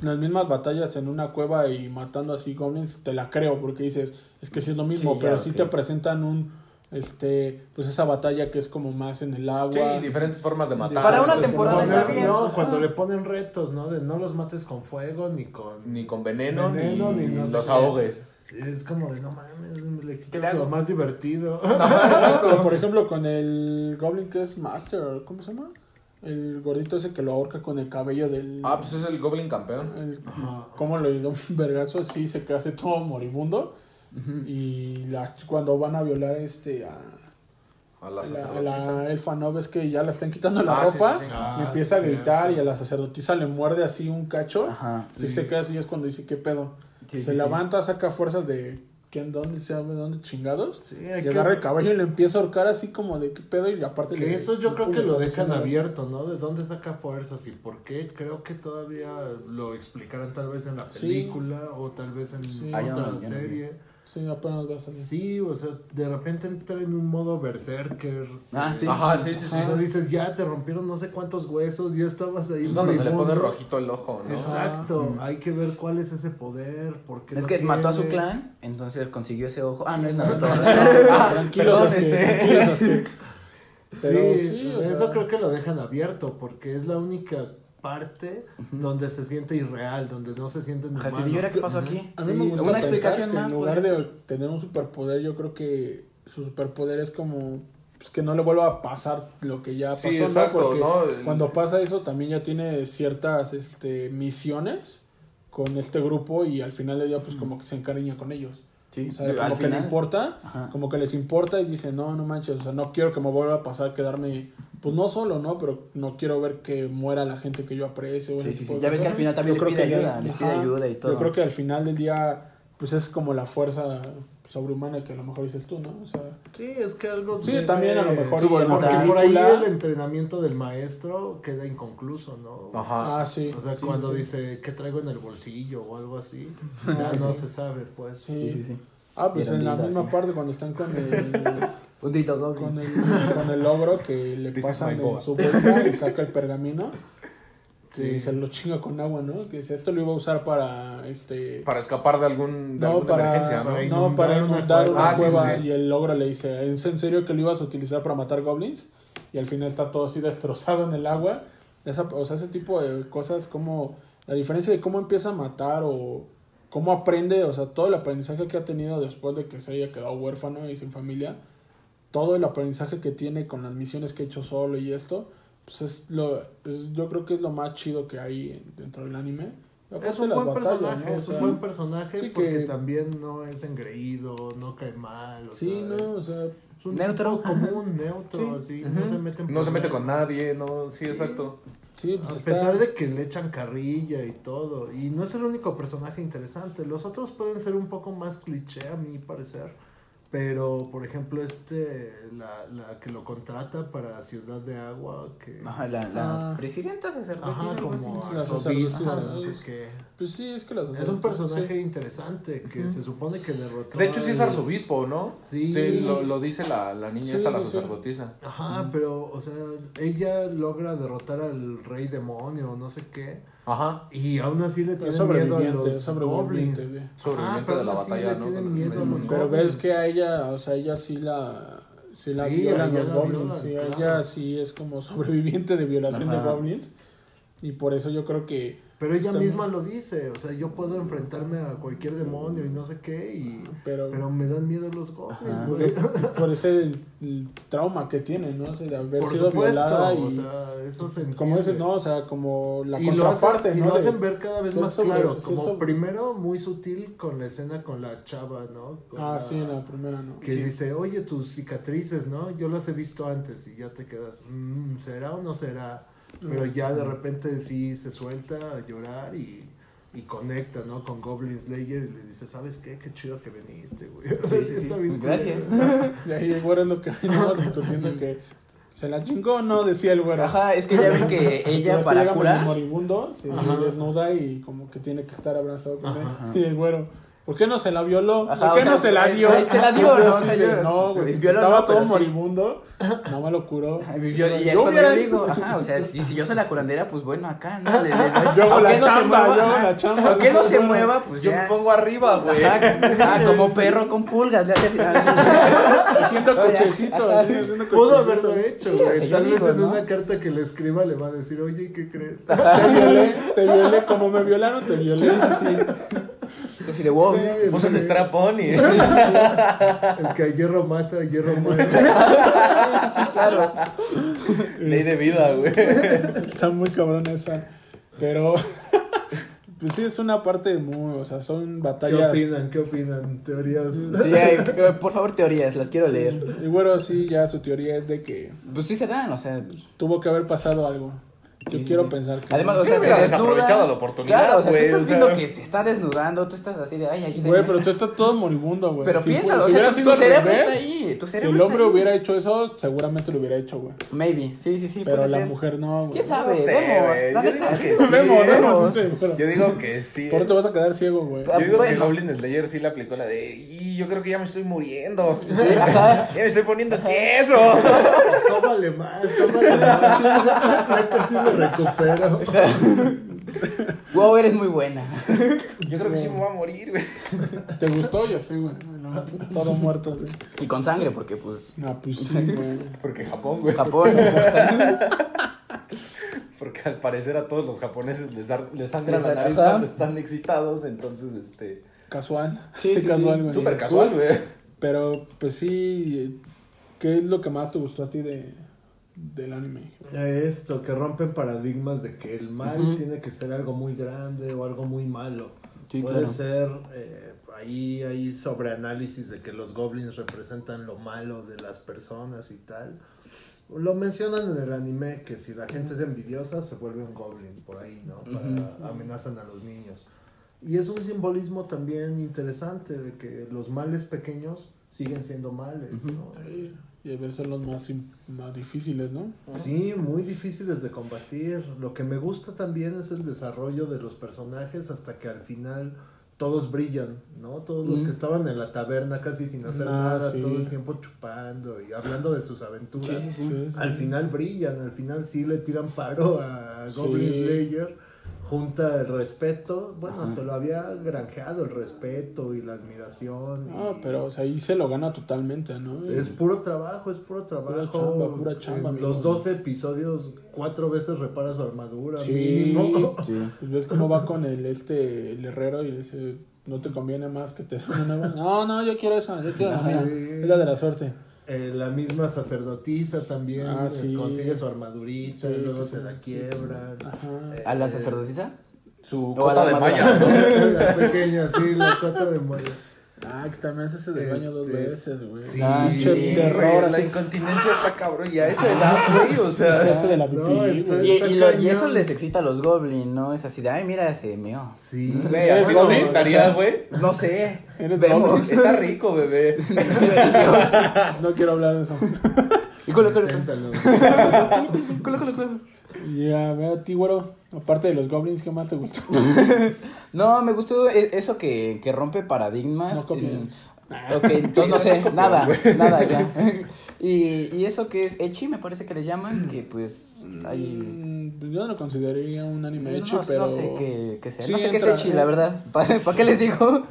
A: las mismas batallas en una cueva y matando así goblins, te la creo porque dices, es que sí es lo mismo,
C: Sí, ya,
A: pero si
C: ok.
A: te presentan un, este, pues esa batalla que es como más en el
B: Sí,
A: agua.
B: diferentes formas de matar. pues,
C: Para una
A: Entonces,
C: temporada
A: no,
D: Cuando-
C: está
A: no,
C: bien.
D: no,
C: ajá.
D: cuando le ponen retos, ¿no? De no los mates con fuego ni con.
B: Ni con veneno,
D: Veneno,
B: ni,
D: ni no sé
B: los
D: qué.
B: ahogues.
D: Es como de no mames, le quitas
C: ¿Qué le hago?
D: lo más divertido.
A: Exacto, por ejemplo, con el goblin que es Master, ¿cómo se llama? El gordito ese que lo ahorca con el cabello del...
B: Ah, pues es el Goblin campeón.
A: el- ¿Cómo lo dio un vergazo? Así se hace todo moribundo. Y la- cuando van a violar este a,
B: A la,
A: la, a
B: sacerdotisa.
A: la elfa no ves que ya la están quitando la
B: Ah, sí,
A: ropa
B: sí, sí.
D: Ah,
A: y empieza
D: sí,
A: a gritar
D: cierto.
A: y a la sacerdotisa le muerde así un cacho
C: Ajá.
A: y se queda así es cuando dice qué pedo
C: Sí,
A: se
C: sí, sí.
A: levanta saca fuerzas de quién dónde se sabe dónde chingados
D: Sí,
A: y
D: hay que-
A: agarra el caballo y le empieza a ahorcar así como de qué pedo y aparte
D: Que
A: le-
D: eso yo
A: le
D: creo que
A: pum,
D: lo
A: entonces,
D: dejan
A: no-
D: abierto, ¿no? ¿De dónde saca fuerzas y por qué? Creo que todavía lo explicarán tal vez en la
A: Sí.
D: película o tal vez en
A: Sí.
D: otra
C: Ah, ya no, ya no.
D: serie.
A: sí apenas va a
D: *laughs*
A: salir
D: Sí, o sea, de repente entra en un modo berserker.
C: Ah, sí.
B: Ajá, sí, sí, sí.
D: O sea, dices, ya te rompieron no sé cuántos huesos, ya estabas ahí.
B: Es cuando se le pone
D: moribundo.
B: rojito el ojo, ¿no?
D: Exacto, hay que ver cuál es ese poder, por qué
C: Es
D: lo
C: que mató a su
D: tiene.
C: clan, entonces consiguió ese ojo. Ah, no
A: *laughs*
C: es Naruto.
A: tranquilos
B: perdón,
A: Sasuke,
B: este.
A: tranquilos, Sasuke. Pero
D: Ah, *laughs* sí,
A: sí, o
D: eso
A: sea-
D: creo que lo dejan abierto porque es la única parte donde se siente irreal, donde no se sienten
C: Ajá,
D: humanos.
C: sí, ¿y ahora qué pasó aquí?
A: A mí
C: Sí,
A: me gusta
C: una
A: pensar
C: explicación
A: que
C: más. pues,
A: en lugar
C: podría
A: de tener un superpoder, yo creo que su superpoder es como pues, que no le vuelva a pasar lo que ya
B: Sí,
A: pasó, ¿no?
B: exacto,
A: Porque
B: ¿no? El-
A: cuando pasa eso también ya tiene ciertas este, misiones con este grupo y al final del día pues como que se encariña con ellos.
C: Sí,
A: O sea,
C: al
A: como que le
C: final.
A: importa,
C: Ajá.
A: como que les importa y dicen, no, no manches, o sea, no quiero que me vuelva a pasar quedarme, pues no solo, ¿no? Pero no quiero ver que muera la gente que yo aprecio. ese
C: sí,
A: tipo
C: sí.
A: de
C: Ya ves que
A: cosas.
C: al final también
A: Yo
C: les
A: creo
C: pide
A: que ya-
C: ayuda, les pide
A: ajá,
C: ayuda y todo.
A: Yo creo que al final del día, pues es como la fuerza sobrehumana que a lo mejor dices tú, ¿no? O sea,
D: Sí, es que algo.
A: Sí,
D: debe-
A: también a lo mejor
C: Tuvo y en la
D: porque por ahí
A: película-
D: el entrenamiento del maestro queda inconcluso, ¿no?
B: Ajá.
A: ah, sí.
D: O sea,
A: sí,
D: cuando
A: sí, sí.
D: dice que traigo en el bolsillo o algo así,
A: Ah,
D: ya no
A: sí.
D: se sabe, pues.
A: Sí.
C: Sí, sí, sí.
A: Ah, pues
C: Eran
A: en la
C: vidas,
A: misma
C: sí.
A: parte cuando están con el...
C: Un Dito Goblin.
A: con el, con el ogro que le
B: This is
A: pasan
B: my
A: en
B: boa.
A: su bolsa y saca el pergamino
D: Sí.
A: y se lo chinga con agua, ¿no? Que dice, esto lo iba a usar para este
B: Para escapar de algún
A: no,
B: de alguna
A: para,
B: emergencia, ¿no?
A: no, inundar para
D: Para inundar una
A: inundar una
B: cueva. Ah, sí, sí,
A: cueva
B: sí.
A: y el ogro le dice, "¿Es en serio que lo ibas a utilizar para matar goblins?" Y al final está todo así destrozado en el agua. Esa, o sea, ese tipo de cosas como la diferencia de cómo empieza a matar o cómo aprende, o sea, todo el aprendizaje que ha tenido después de que se haya quedado huérfano y sin familia, todo el aprendizaje que tiene con las misiones que ha hecho solo y esto, pues es lo, es- yo creo que es lo más chido que hay dentro del anime. Y
D: Es
A: aparte
D: un
A: las
D: buen
A: batallas,
D: personaje,
A: ¿no? O
D: es un
A: sea,
D: buen personaje
A: sí que-
D: porque también no es engreído, no cae mal. o
A: Sí,
D: sea,
A: no,
D: es-
A: o sea,
D: Es un
C: Neutro.
D: tipo
A: *laughs*
D: común, neutro, así, no se mete en
B: No se mete con
D: problemas.
B: nadie, no, sí, exacto.
A: sí, pues
D: A
A: está-
D: pesar de que le echan carrilla y todo, y no es el único personaje interesante, los otros pueden ser un poco más cliché a mi parecer, pero por ejemplo este, la, la que lo contrata para Ciudad de Agua, que...
C: Ajá, la, la
A: Ah.
C: presidenta sacerdotisa.
D: Ajá,
C: algo así.
D: como
A: sí, las
D: arzobispo,
A: sacerdotisas,
D: no sé
A: ¿no?
D: qué.
A: Pues sí, es que las
D: Es un
A: sacerdotisas,
D: personaje
A: sí.
D: interesante que se supone que derrotó.
B: De hecho, sí es
D: al-
B: arzobispo, ¿no?
D: Sí.
B: lo, lo dice la, la niña
A: Sí,
B: esta, la
A: sí, sí.
B: sacerdotisa.
D: Ajá, pero, o sea, ella logra derrotar al rey demonio, no sé qué.
B: Ajá.
D: Y aún así le
A: Pero es
D: tienen miedo a
A: sobreviviente,
D: los
A: es sobreviviente,
D: goblins.
A: sí.
B: Sobreviviente
D: Ah, pero
B: de la
D: aún así
B: batalla,
D: le
B: ¿no?
D: tienen
B: Con el
D: miedo a los
B: demonio.
A: Pero ves
D: goblins.
A: que a ella, o sea, ella sí la. Sí la
D: pues. Sí,
A: violan
D: ella
A: los
D: la
A: goblins.
D: violan,
A: sí,
D: claro.
A: Ella sí es como *laughs* sobreviviente de violación de
C: Ajá.
A: goblins. Y por eso yo creo que.
D: Pero ella
A: Está
D: misma lo dice, o sea, yo puedo enfrentarme a cualquier demonio y no sé qué, y...
A: Pero.
D: pero me dan miedo los goblins,
C: Ajá.
D: *laughs* güey.
A: Por ese el- el trauma que tiene, ¿no? O sea, de *laughs* haber
D: Por
A: sido violada y.
D: supuesto, o sea, eso se entiende.
A: como dices, ¿no? O sea, como la
D: y lo,
A: contraparte,
D: hacen, y
A: ¿no?
D: lo
A: De-
D: hacen ver cada vez
A: ser
D: más
A: sobre-
D: claro,
A: ser
D: como
A: sobre-
D: primero muy sutil con la escena con la chava, ¿no? Con
A: Ah,
D: la-
A: sí, en la primera, ¿no?
D: Que dice, oye, tus cicatrices, ¿no? Yo las he visto antes y ya te quedas, "Mm, ¿será o no será? Pero ya de repente sí se suelta a llorar y, y conecta, ¿no? Con Goblin Slayer y le dice, ¿sabes qué? Qué chido que viniste, güey. *laughs* O sea,
C: Sí,
D: sí
C: sí,
D: está
C: sí.
D: bien *laughs*
C: Gracias.
D: culero.
A: *laughs* Y ahí el güero es lo que venimos
D: *laughs*
A: discutiendo que se la chingó o no, decía el güero.
C: Ajá, es que
A: *laughs*
C: ya ven que ella
A: Hasta
C: para
A: llega medio
C: curar.
A: moribundo, se
C: Ajá.
A: desnuda y como que tiene que estar abrazado con él.
C: Ajá.
A: *laughs* Y el güero, ¿por qué no se la violó?
C: Ajá,
A: ¿Por qué
C: o sea,
A: no se la
C: eh,
A: dio?
C: eh, se la
A: *laughs*
C: dio,
A: Yo
C: ¿no?
A: así
C: O sea,
A: de,
C: yo-
A: no, güey, pues,
C: violó
A: estaba
C: no, pero
A: todo
C: sí.
A: moribundo, no me lo
C: *laughs*
A: curó.
C: Yo, yo, y es
A: Yo
C: cuando
A: hubiera
C: yo digo,
A: hecho-
C: ajá, o sea, si, si yo soy la curandera, pues bueno, acá, ¿no? Le- le
A: *laughs*
C: doy-
A: Yo hago
C: aunque
A: la
C: no se
A: chamba,
C: mueva,
A: yo hago
C: ajá,
A: la chamba.
C: Aunque no se
A: Bueno,
C: mueva, pues
B: Yo
C: ya.
B: me pongo arriba, güey.
C: Ajá, ah, como perro con pulgas, le hace así, ah, sí.
A: Haciendo
C: *laughs* Oye,
A: cochecito,
C: ajá,
A: así, haciendo
D: Pudo
A: cochecito.
D: haberlo hecho,
C: Sí, o
D: güey.
C: sea, yo
D: Tal vez
C: digo,
D: en
C: ¿no?
D: una carta que le escriba le va a decir, oye,
C: *laughs*
D: ¿qué crees?
A: Te violé, te violé, como me violaron, te violé.
C: Yo sí de wow.
D: Sí,
B: Puso el
D: güey.
B: strapón
C: *laughs*
B: y.
D: El que a hierro mata, a hierro muere.
C: Sí, claro.
B: Ley de vida, güey.
A: Está muy cabrón esa. Pero, *laughs* pues sí, es una parte muy, o sea, son
D: ¿Qué
A: batallas.
D: opinan? ¿Qué opinan? Teorías. *laughs*
C: Sí, ay, eh, por favor, teorías, las quiero leer.
A: Y bueno, sí, ya su teoría es de que
C: Pues sí se dan, o sea. pues,
A: tuvo que haber pasado algo. Yo
C: sí,
A: quiero
C: sí.
A: pensar que.
C: Además, o
B: ¿Qué
C: sea, se
B: hubieras
C: desnuda.
B: aprovechado la oportunidad,
C: claro, o sea,
B: güey,
C: tú estás
B: o sea.
C: viendo que se está desnudando, tú estás así de, ay, ayúdame.
A: Güey, pero tú estás todo moribundo, güey.
C: Pero
A: Si
C: piensa,
A: fu-
C: o
A: si
C: sea,
A: hubiera
C: tu,
A: sido
C: tu
A: al
C: cerebro
A: revés,
C: está ahí, tu
A: Si
C: cerebro
A: el
C: está
A: hombre
C: ahí.
A: hubiera hecho eso, seguramente lo hubiera hecho, güey.
C: Maybe, sí, sí, sí,
A: Pero
C: puede
A: la
C: ser.
A: mujer no, güey.
C: ¿Quién sabe?
B: No sé,
C: vemos,
B: güey,
C: la
B: yo
C: neta.
B: digo que sí,
A: Vemos, vemos.
C: *laughs* vemos.
A: sí,
B: *laughs*
A: seguro.
B: Yo digo que sí.
A: Por
B: eh.
A: eso te vas a quedar ciego, güey.
B: Yo digo que
C: Bueno.
B: Goblin Slayer sí la aplicó la de. Y yo creo que ya me estoy muriendo.
C: Sí,
B: *laughs* Ya
C: ajá.
B: me estoy poniendo queso.
C: *laughs*
D: Sóbale más, sóbale más. Así, *laughs* ya casi me recupero.
C: Wow, eres muy buena. *laughs*
B: Yo creo que sí me voy a morir, güey.
A: ¿Te gustó? Yo sí, güey. No, todo muerto, sí.
C: Y con sangre, porque pues
A: No, pues
C: *laughs*
A: sí, güey.
B: Porque Japón, güey.
C: Japón.
B: *laughs* Porque al parecer a todos los japoneses les, da, les sangra la
C: Les
B: nariz
C: ajá.
B: cuando están excitados, entonces, este...
A: Casual.
C: Sí,
A: Sí,
C: sí, sí.
A: casual, güey.
B: Súper casual, güey.
A: Pero, pues sí. ¿Qué es lo que más te gustó a ti de, del anime?
D: Esto, que rompen paradigmas de que el mal
C: Ujú.
D: tiene que ser algo muy grande o algo muy malo.
C: Sí,
D: Puede
C: claro.
D: ser, eh, ahí hay sobreanálisis de que los goblins representan lo malo de las personas y tal. Lo mencionan en el anime que si la gente es envidiosa se vuelve un goblin por ahí, ¿no? Para- Amenazan a los niños. Y es un simbolismo también interesante de que los males pequeños siguen siendo males, ¿no?
A: Y a veces son los más, im- más difíciles, ¿no?
D: Sí, muy difíciles de combatir. Lo que me gusta también es el desarrollo de los personajes hasta que al final todos brillan, ¿no? Todos los
C: Mm.
D: que estaban en la taberna casi sin hacer
A: Ah,
D: nada,
A: sí.
D: todo el tiempo chupando y hablando de sus aventuras.
A: Sí, sí,
D: Al
A: sí.
D: final brillan, al final sí le tiran paro a
A: Sí.
D: Goblin Slayer, junta el respeto. Bueno,
C: Ajá.
D: se lo había granjeado el respeto y la admiración. y-
A: Ah, pero, o sea, ahí se lo gana totalmente, ¿no?
D: es puro trabajo, es puro trabajo.
A: Mm. chamba, pura chamba,
D: En los
A: amigos.
D: 12 episodios, cuatro veces repara su armadura,
A: Sí.
D: mínimo. *laughs*
C: Sí.
A: Pues ves cómo va con el este el herrero y le dice, no te conviene más que te den una nueva. No, no, yo quiero esa, yo quiero la mía.
D: Sí.
A: Es la de la suerte.
D: Eh, la misma sacerdotisa también
A: Ah,
D: es-
A: sí.
D: consigue su armadurita,
A: Sí,
D: luego
A: pues,
D: se la
A: sí.
D: quiebran.
A: Ajá.
D: Eh,
C: *laughs* ¿A la sacerdotisa?
B: Su
C: O a la
B: cota de
C: armadura.
B: malla. ¿no?
D: *laughs* La pequeña, sí, la cuota de malla.
A: Ah, que también hace ese del baño dos
D: Este,
A: veces, güey.
D: sí.
A: Ah, pinche
B: Sí,
A: terror,
B: güey, La
A: así.
B: incontinencia está cabrón. Y a esa edad, güey, o
A: Se
B: sea...
A: hace de la
D: No,
A: BTG,
D: este-
A: güey.
C: *laughs* Y, y lo- y eso
D: cañón.
C: les excita a los goblins, ¿no? Es así de, ay, mira, se meó.
D: Sí,
B: Güey, ¿a ti no te
A: Eres
B: gustaría, güey?
C: No sé.
A: Eres
C: Vemos.
B: Está
C: *laughs*
B: rico, bebé. *laughs*
A: No quiero hablar de eso.
C: y colo, colo, colo,
D: inténtalo.
C: colo, colo, colo.
A: Ya, a ver, ti, güero, aparte de los goblins, ¿qué más te gustó?
C: No, me gustó e- eso que, que rompe paradigmas.
A: No copies.
C: Mm, Ok, entonces no
B: Sí, no
C: sé,
B: copies,
C: nada,
B: güey.
C: nada ya. *laughs* Y, y eso que es Echi, me parece que le llaman, que pues hay...
A: Mm, Yo no lo consideraría un anime
C: no,
A: hecho,
C: no
A: Mm, pero...
C: sé qué, qué sea.
A: Sí,
C: no sé qué
A: entra- eh.
C: es Echi, la verdad. *laughs* ¿Para, qué les digo?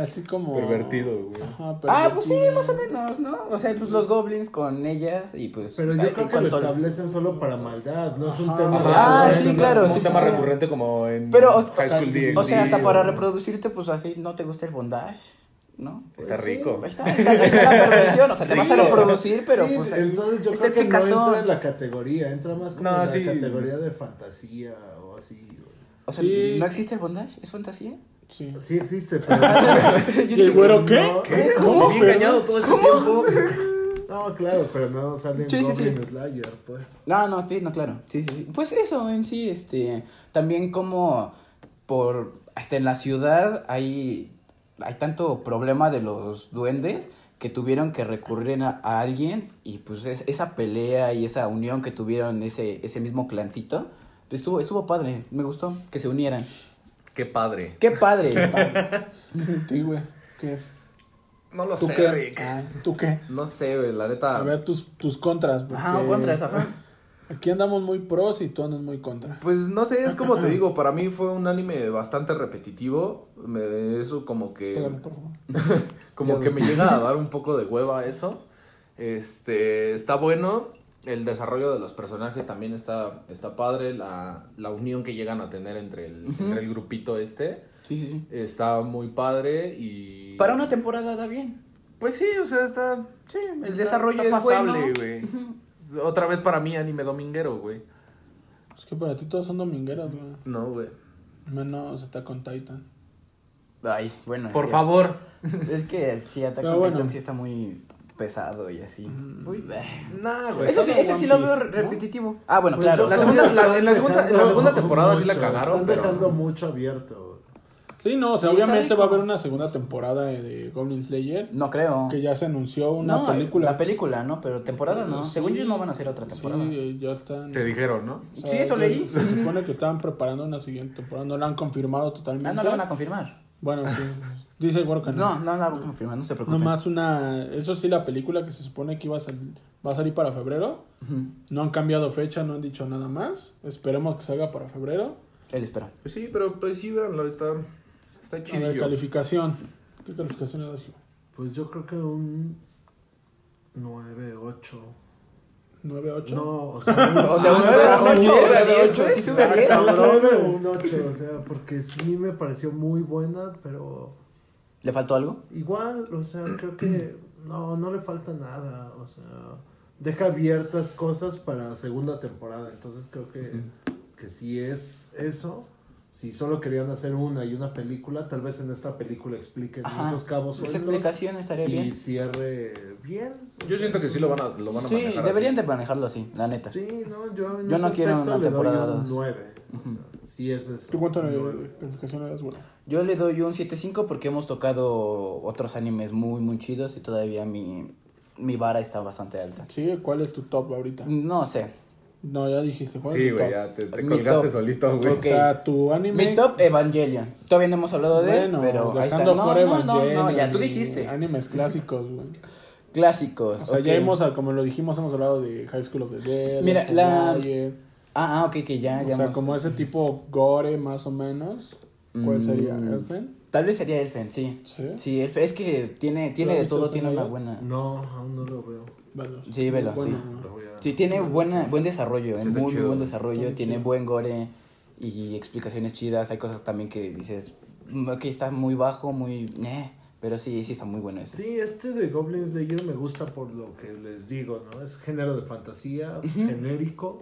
A: Así como...
B: Pervertido, güey.
A: Ajá,
C: Ah, pues sí,
A: pervertido.
C: más o menos, ¿no? O sea, pues los goblins con ellas y pues...
D: Pero
C: ay,
D: yo creo
C: en
D: que lo
C: cuanto-
D: establecen solo para maldad, no es un
A: Ajá.
D: tema de
C: Ah,
D: poder,
C: sí,
D: no es
C: claro,
D: como
B: Es
C: sí,
B: un tema recurrente como en
C: Pero, o-
B: High School DxD.
C: O sea, hasta para reproducirte, pues así no te gusta el bondage, ¿no? Pues
B: Está rico.
C: Ahí está, ahí está, ahí está la perversión, o sea, te vas a
B: Rico.
C: reproducir, pero
D: Sí,
C: pues...
D: entonces yo
C: está
D: creo que
C: el picazón.
D: no entra en la categoría, entra más como
B: No,
D: en la
B: sí.
D: categoría de fantasía o así.
C: O sea,
A: Sí.
C: ¿no existe el bondage? ¿Es fantasía?
A: Sí.
D: Sí existe, pero
C: Yo
A: ¿Y el
C: dije,
A: güero
D: que
A: qué?
D: no.
B: ¿Qué?
C: ¿Cómo?
B: Bien cañado todo ese tiempo.
D: No, claro, pero no salen
C: Sí, sí, sí.
D: Goblin Slayer, pues.
C: No, no, sí, no, claro. Sí, sí, sí. Pues eso en sí, este, también como por, hasta en la ciudad hay, hay tanto problema de los duendes que tuvieron que recurrir a, a alguien y pues es- esa pelea y esa unión que tuvieron ese, ese mismo clancito, pues estuvo, estuvo padre, me gustó que se unieran.
B: Qué padre.
C: Qué padre. padre.
A: Sí, güey. ¿Qué?
B: No lo
A: ¿Tú
B: sé,
A: qué?
B: Rick.
A: Ah, ¿Tú qué?
B: No sé, güey, la neta.
A: A ver tus, tus contras. Porque
C: Ah. Ajá, o contras, ajá.
A: Aquí andamos muy pros y tú andas muy contra.
B: Pues no sé, es como te digo, para mí fue un anime bastante repetitivo. Me- eso como
C: Eh.
A: Pégame,
B: que.
A: por favor.
B: Como
C: Ya
B: que me
C: vi.
B: llega
C: *laughs*
B: a dar un poco de hueva eso. Este. Está bueno. El desarrollo de los personajes también está, está padre. La, la unión que llegan a tener entre el,
C: Ujú.
B: entre el grupito este.
C: Sí, sí, sí.
B: Está muy padre y.
C: Para una temporada da bien.
B: Pues sí, o sea, está.
C: Sí, el
B: está-
C: desarrollo
B: está
C: es bueno.
B: pasable, güey. Otra vez para mí anime dominguero, güey.
A: Es que para ti todos son domingueras, güey.
B: No, güey.
A: Menos está con Titan.
C: Ay, bueno.
B: Por
C: sí.
B: favor.
C: Es que sí, Attack
A: Pero
C: on
A: bueno.
C: Titan sí está muy pesado y así.
D: Mm.
C: Uy, bleh.
B: Nah, güey.
C: Eso sí,
A: solo
C: ese sí lo
A: Pues, One
C: veo
A: Piece, ¿no?
C: repetitivo. Ah, bueno,
D: Pues
C: claro.
D: yo
B: la
D: creo que
B: segunda- la-
D: están
B: en la segunda- en la segunda
D: dejando
B: temporada sí la
D: mucho,
B: cagaron,
D: Están
B: pero-
D: dejando mucho abierto.
A: Sí, no, o sea,
C: Sí, está
A: obviamente
C: rico.
A: va a haber una segunda temporada de- de Goblin Slayer.
C: No creo.
A: Que ya se anunció una
C: No,
A: película.
C: La película, ¿no? Pero temporada no.
A: Sí.
C: Según yo no van a hacer otra temporada. Ah,
A: Sí, eh, ya están.
B: Te dijeron, ¿no?
A: o sea,
C: Sí, eso
A: ya-
C: leí.
A: Se supone que estaban preparando una siguiente temporada. No la han confirmado totalmente.
C: Ah, no la van a confirmar.
A: Bueno, sí. Dice Workan.
C: No, no la van a confirmar, no se preocupen.
A: Nomás una. Eso sí, la película que se supone que iba a salir, va a salir para febrero.
C: Ujú.
A: No han cambiado fecha, no han dicho nada más. Esperemos que salga para febrero.
C: Él espera.
B: Pues sí, pero pues sí, véanlo, está, está
A: A ver,
B: chidillo.
A: calificación. ¿Qué calificación le das? Gio?
D: Pues yo creo que un 9, 8.
A: ¿Nueve, ocho?
D: No, o sea, un-
C: O sea, un
D: Ah,
C: nueve,
D: no,
C: un ocho,
D: un
C: un
D: nueve,
C: ocho,
D: ocho,
C: sí sube a
D: ah,
C: diez.
D: cabrón, un 8, o sea, porque sí me pareció muy buena, pero
C: ¿Le faltó algo?
D: igual, o sea, creo que no, no le falta nada, o sea, deja abiertas cosas para segunda temporada, entonces creo que, que si es eso, si solo querían hacer una y una película, tal vez en esta película expliquen
C: Ajá.
D: esos cabos
C: Esa
D: sueltos
C: explicación estaría
D: y
C: bien.
D: cierre bien.
B: Yo siento que sí lo van a, lo van a
C: Sí,
B: manejar
C: deberían
B: así.
C: de manejarlo así, la neta.
D: Sí, no, yo en
C: Yo no
D: ese
C: quiero una
D: aspecto le doy
C: temporada dos.
D: un 9. sí, es eso.
A: ¿Tú cuánto le-
D: Nueve.
A: calificación le das, güey?
C: Yo le doy un 7.5 porque hemos tocado otros animes muy, muy chidos y todavía mi, mi vara está bastante alta.
A: Sí, ¿cuál es tu top ahorita?
D: Mm.
C: No sé.
A: No, ya dijiste. ¿cuál es
B: Sí,
A: tu
B: güey,
A: top?
B: ya te, te
C: Mi
B: colgaste
C: top.
B: solito, güey.
A: O
C: Ok.
A: sea, tu anime.
C: Mi top Evangelion. Todavía no hemos hablado de
A: Bueno,
C: él, pero ahí está.
A: dejando
C: No,
A: fuera
C: no, no, no,
A: Evangelion
C: ya tú
A: y
C: dijiste. *laughs*
A: Animes clásicos, güey.
C: Clásicos.
A: O sea,
C: ok.
A: ya hemos, como lo dijimos, hemos hablado de High School of the Dead.
C: Mira,
A: Orphan
C: la-
A: Blackheart,
C: Ah, ah, ok, que ya,
A: o
C: ya
A: sea,
C: hemos-
A: como ese tipo gore, más o menos. ¿Cuál
C: Mm.
A: sería? ¿Elfen?
C: Tal vez sería Elfen, sí.
A: ¿Sí?
C: Sí, Elfen. Es que tiene, tiene
A: ¿Lo
C: de
A: viste
C: todo,
A: Elfen
C: tiene una
A: Live?
C: buena...
D: No, aún no lo veo.
A: Velo.
C: Sí, velo,
A: Bueno,
C: sí.
A: güey.
D: Lo voy a-
C: Sí, tiene buena, buen desarrollo, eh,
B: Sí, está
C: muy, muy
B: chido.
C: buen desarrollo,
A: Está
C: tiene
A: chido.
C: buen gore y explicaciones chidas, hay cosas también que dices, mm, ok, está muy bajo, muy... eh, pero sí, sí está muy bueno eso.
D: Sí, este de Goblin Slayer me gusta por lo que les digo, ¿no? Es género de fantasía, genérico.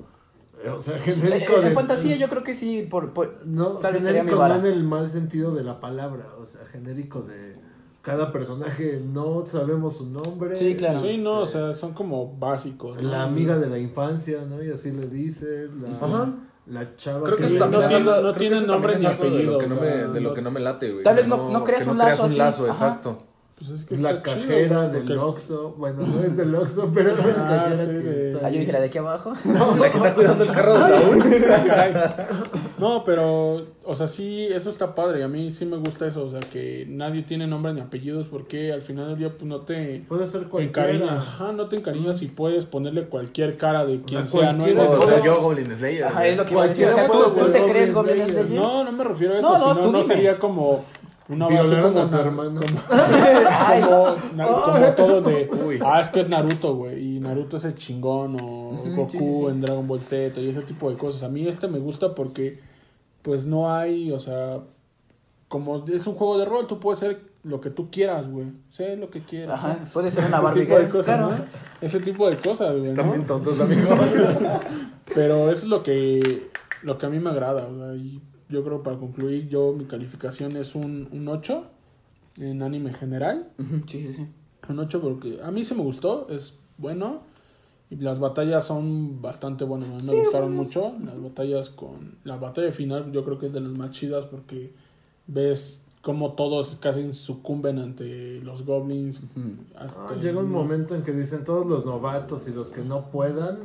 D: eh, O sea,
C: Eh,
D: genérico
C: eh,
D: de. pues,
C: en fantasía yo creo que sí, por... por-
D: No,
C: tal vez sería mi
D: genérico no
C: vara.
D: en el mal sentido de la palabra. O sea, genérico de. Cada personaje no sabemos su nombre.
C: Sí, claro.
A: Sí, no, o
D: este,
A: sea, son como básicos. ¿no?
D: La amiga de la infancia, ¿no? Y así le dices. La,
B: Ajá.
D: la chava.
B: Creo que
A: Sí,
B: eso también
A: no
B: es
A: tiene-
B: algo-
A: no
B: creo que
A: tiene
B: eso también
A: nombre
B: es
A: ni
B: algo De lo que
A: apellido,
B: no
A: o sea,
B: me, de
A: no-
B: lo que no me late, güey.
C: Tal vez no- no
B: que
C: creas un lazo así,
B: lazo,
C: ajá.
B: exacto. *laughs*
A: Pues es que
D: La
A: está chido,
D: cajera
A: güey,
D: del
A: porque-
D: Oxxo. Bueno, no es del Oxxo, *laughs* pero es la
A: Ah,
D: cajera
A: sí,
D: que
A: de-
D: está
C: Ah, yo
D: ahí.
C: dije la de
A: *laughs*
C: aquí abajo.
B: La que está cuidando el carro de Saúl.
A: *laughs* No, pero, o sea, sí, eso está padre. A mí sí me gusta eso. O sea, que nadie tiene nombre ni apellidos porque al final del día pues, no te
D: Puede ser
A: encariñas.
D: cualquiera.
A: Ajá, no te encariñas y puedes ponerle cualquier cara de quien
D: Ajá,
A: sea. No,
D: cualquiera.
A: eres-
B: O sea, yo Goblin Slayer.
C: Ajá,
B: güey.
C: es lo que iba a decir. O sea, tú,
D: Cualquiera puede
C: tú
D: ser
C: te crees
D: Goblin
C: Goblin
D: Slayer.
C: Slayer.
A: no, no me refiero a eso.
C: No, no,
A: sino,
C: tú
A: no
C: dime.
A: sería como una base
D: Violaron
A: como,
D: a tu hermano.
A: como- *laughs*
D: *laughs*
C: Ay,
A: como, na- como todos de,
B: Uy.
A: ah, es que es Naruto, güey, y Naruto es el chingón, o Goku
C: sí, sí, sí.
A: en Dragon Ball Z, y ese tipo de cosas. A mí este me gusta porque, pues, no hay, o sea, como es un juego de rol, tú puedes ser lo que tú quieras, güey, sé lo que quieras.
C: Ajá,
A: ¿no?
C: puede ser una
A: Ese
C: Barbie
A: tipo de
C: Girl,
A: cosas,
C: claro.
A: ¿no? Ese tipo de cosas, güey,
B: Están
A: ¿no?
B: bien tontos, amigos.
A: Pero eso es lo que, lo que a mí me agrada. o sea, y yo creo para concluir, yo mi calificación es un, un 8 en anime general.
C: Ujú, Sí, sí, sí.
A: Un 8 porque a mí se me gustó. Es bueno. Y las batallas son bastante buenas, a mí me gustaron mucho. Las batallas con. La batalla final yo creo que es de las más chidas porque ves cómo todos casi sucumben ante los goblins. hasta
D: Ah, llega un
A: el-
D: momento en que dicen todos los novatos y los que no puedan,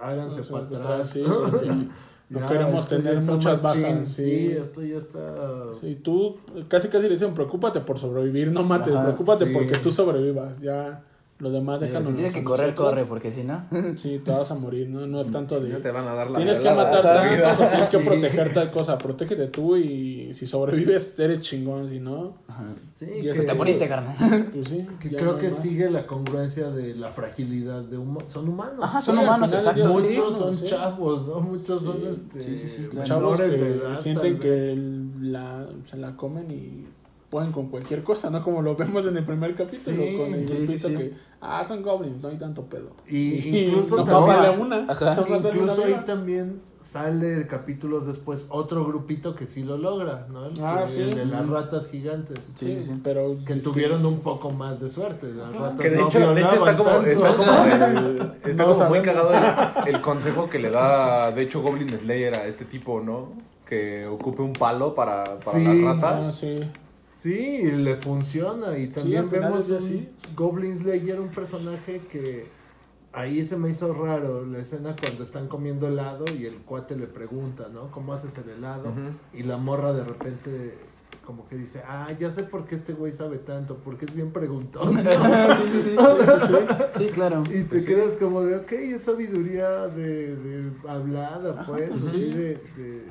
D: háganse
A: o sea,
D: para
A: atrás,
D: *laughs* atrás.
A: sí, porque
C: *laughs*
A: no
D: Ya,
A: queremos
D: esto ya
A: tener
D: está
A: muchas
D: machín,
A: bajas.
D: Sí.
A: Sí,
D: esto ya está.
A: Sí, tú casi casi le dicen, preocúpate por sobrevivir, no mates,
C: Ajá,
A: preocúpate
D: sí.
A: porque tú sobrevivas, ya lo demás déjanos.
C: Si tienes que correr, corre, porque si no.
A: Sí, te vas a morir, no, no es tanto
B: Ya te
A: de...
B: van a dar la
A: Tienes que
B: violada.
A: matar
C: la vida.
A: tanto, tienes que
D: Sí.
A: proteger tal cosa, protégete tú y si sobrevives eres chingón, si no,
C: Ajá.
D: Sí,
A: Y
D: que,
A: eso
C: Te
A: *laughs*
C: moriste, carnal. *laughs*
A: pues sí.
D: que
A: ya
D: creo
A: no hay
D: que
A: más.
D: sigue la congruencia de la fragilidad de humanos. Son humanos.
C: Ajá,
A: Sí,
C: son
A: al
C: humanos,
A: final del día
C: exacto.
A: son
C: sí.
D: Muchos son
A: sí.
D: chavos, ¿no? Muchos
A: Sí.
D: son este,
C: Sí, sí, sí, claro.
A: Chavos
D: menores de
A: que
D: edad,
A: sienten
D: tal vez.
A: que el- la, se la comen y pueden con cualquier cosa, ¿no? Como lo vemos en el primer capítulo
D: Sí,
A: con el
C: sí,
A: grupito
C: sí, sí.
A: que, ah, son goblins, no hay tanto pedo. *laughs*
D: Y incluso
A: no
D: también-
A: sale una.
C: Ajá.
A: no sale
D: Ah, Incluso
A: una
D: ahí
A: viva.
D: también sale capítulos después otro grupito que sí lo logra, ¿no? El,
A: Ah,
D: que-
A: sí.
D: el de las ratas gigantes.
A: Sí,
C: Sí, sí.
A: pero este,
D: Que
A: es
D: tuvieron un poco más de suerte. Las ratas
B: Que de,
D: no
B: hecho, de hecho está
D: violaban
B: como,
D: tanto.
B: está como,
D: *laughs*
B: el- está
A: No
B: como muy
A: sabemos.
B: cagado el, el consejo que le da, de hecho, Goblin Slayer a este tipo, ¿no? Que ocupe un palo para, para
D: Sí.
B: las
A: Ah,
B: ratas.
A: sí.
D: *laughs* Sí, y le funciona. Y también
A: al final
D: vemos
A: es
D: un
A: así.
D: Goblin Slayer, un personaje que ahí se me hizo raro la escena cuando están comiendo helado y el cuate le pregunta, ¿no? ¿Cómo haces el helado?
B: Ujú.
D: Y la morra de repente como que dice, ah, ya sé por qué este güey sabe tanto, porque es
C: *laughs*
D: bien preguntón.
C: sí, sí, sí, sí, sí, sí. Pues Sí, claro.
D: Y te quedas como de, ok, es sabiduría de, de hablada, pues,
A: sí.
D: así de, de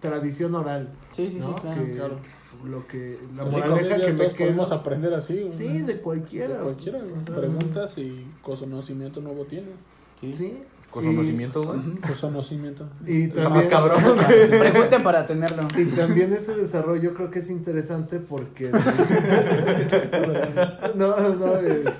D: tradición oral.
C: Sí, sí, sí,
D: ¿no?
C: claro.
D: Que
A: Claro.
D: Lo que, la
A: Sí,
D: moraleja
A: con ella
D: que me
A: todos podemos
D: queda.
A: aprender así. güey.
D: Sí, de cualquiera.
A: De cualquiera. güey.
D: O sea,
A: Preguntas y conocimiento nuevo
D: *laughs*
A: tienes.
D: Sí.
B: Con
D: Y-
B: conocimiento, güey.
A: Conocimiento.
D: Y
B: Está
D: también,
B: más cabrón.
D: *laughs* Ah,
C: *laughs* Pregunten para tenerlo.
D: Y también ese desarrollo creo que es interesante
B: *laughs*
D: porque. no, no, este,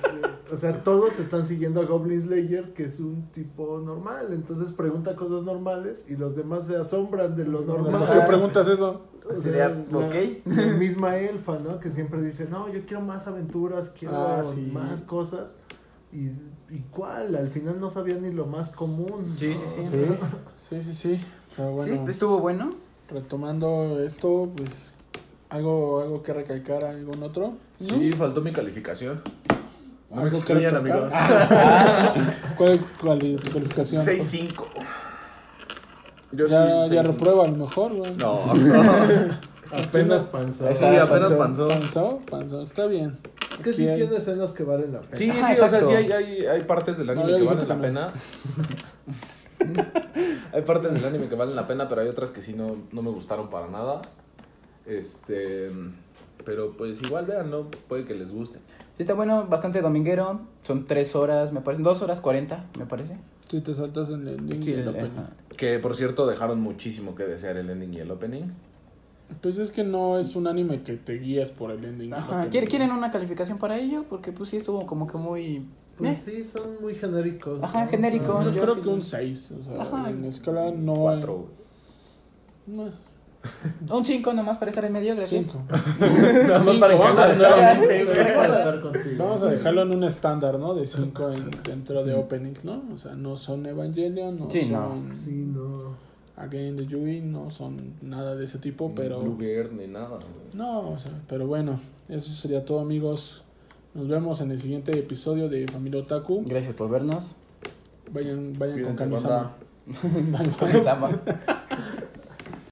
D: o sea, todos están siguiendo a Goblin Slayer, que es un tipo normal. Entonces pregunta cosas normales y los demás se asombran de lo
A: ¿Por
D: normal.
A: qué preguntas eso?
D: O
C: Sería,
D: la,
C: ok.
D: la misma elfa, ¿no? Que siempre dice, no, yo quiero más aventuras, quiero
A: Ah, sí.
D: más cosas. Y, y cuál, al final no sabía ni lo más común.
C: Sí,
D: ¿no?
C: sí, sí.
D: O sea,
A: Sí, sí, sí. sí. Pero bueno.
C: Sí, estuvo bueno.
A: Retomando esto, pues algo, algo que recalcar, algún otro.
B: Sí, faltó mi calificación. No me
A: ¿Algo que
B: excluyan,
A: recalcar?
B: amigos.
A: ¿Cuál es cuál- tu calificación?
B: 6-5. Yo
A: Ya,
B: sí,
A: ya
B: seis,
A: reprueba a lo mejor, güey.
B: cinco. No, *laughs*
A: Ah,
D: Apenas panzado.
B: sí, apenas
A: Panzó,
B: panzó.
A: panzó, panzó, está bien.
D: Es que sí
A: Aquí hay-
D: tiene escenas que valen la pena.
B: Sí,
C: Ajá,
B: sí, o sea,
C: exacto.
B: sí hay, hay, hay partes del anime
A: No, ya
B: que
A: dijiste
B: valen la
A: que
B: pena. hay partes del anime que valen la pena, pero hay otras que sí no, no me gustaron para nada. Este. Pero pues igual vean, ¿no? Puede que les guste.
C: Sí, está bueno, bastante dominguero. Son tres horas, me parece. Dos horas cuarenta, me parece.
A: Si te saltas en el link
C: Sí,
A: de la
C: ajá.
A: peli.
B: Que por cierto dejaron muchísimo que desear el ending y el opening.
A: Pues es que no es un anime que te guías por el ending. de la
C: Ajá.
A: peli.
C: ¿Quier- ¿Quieren una calificación para ello? Porque pues sí estuvo como que muy...
D: Pues
C: eh.
D: sí, son muy genéricos.
C: Ajá,
D: ¿no?
C: genérico.
A: Yo
C: Yo
A: creo
C: sí-
A: que un 6. O sea,
C: Ajá.
A: en escala no.
B: Cuatro. *laughs*
A: No.
C: Un cinco nomás para estar en medio, gracias.
A: Eh. Cinco.
B: Nada más
A: Cinco,
B: para
A: vamos *laughs* a
B: encajar.
A: dejar-
D: Ah, sí, sí, para estar contigo.
A: Vamos a dejarlo en un estándar, ¿no? De 5 dentro de openings, ¿no? O sea, no son Evangelion, no
C: Sí, no.
A: son
D: Sí, no.
A: Again the Yui, no son nada de ese tipo, pero...
B: Bluebird ni nada. güey.
A: No, o sea, pero bueno, eso sería todo amigos. Nos vemos en el siguiente episodio de Familia Otaku.
C: *laughs* Gracias por vernos.
A: Vayan, vayan con
B: Cuídense,
A: Kamisama.
B: *laughs* banda.
C: Comenzamos.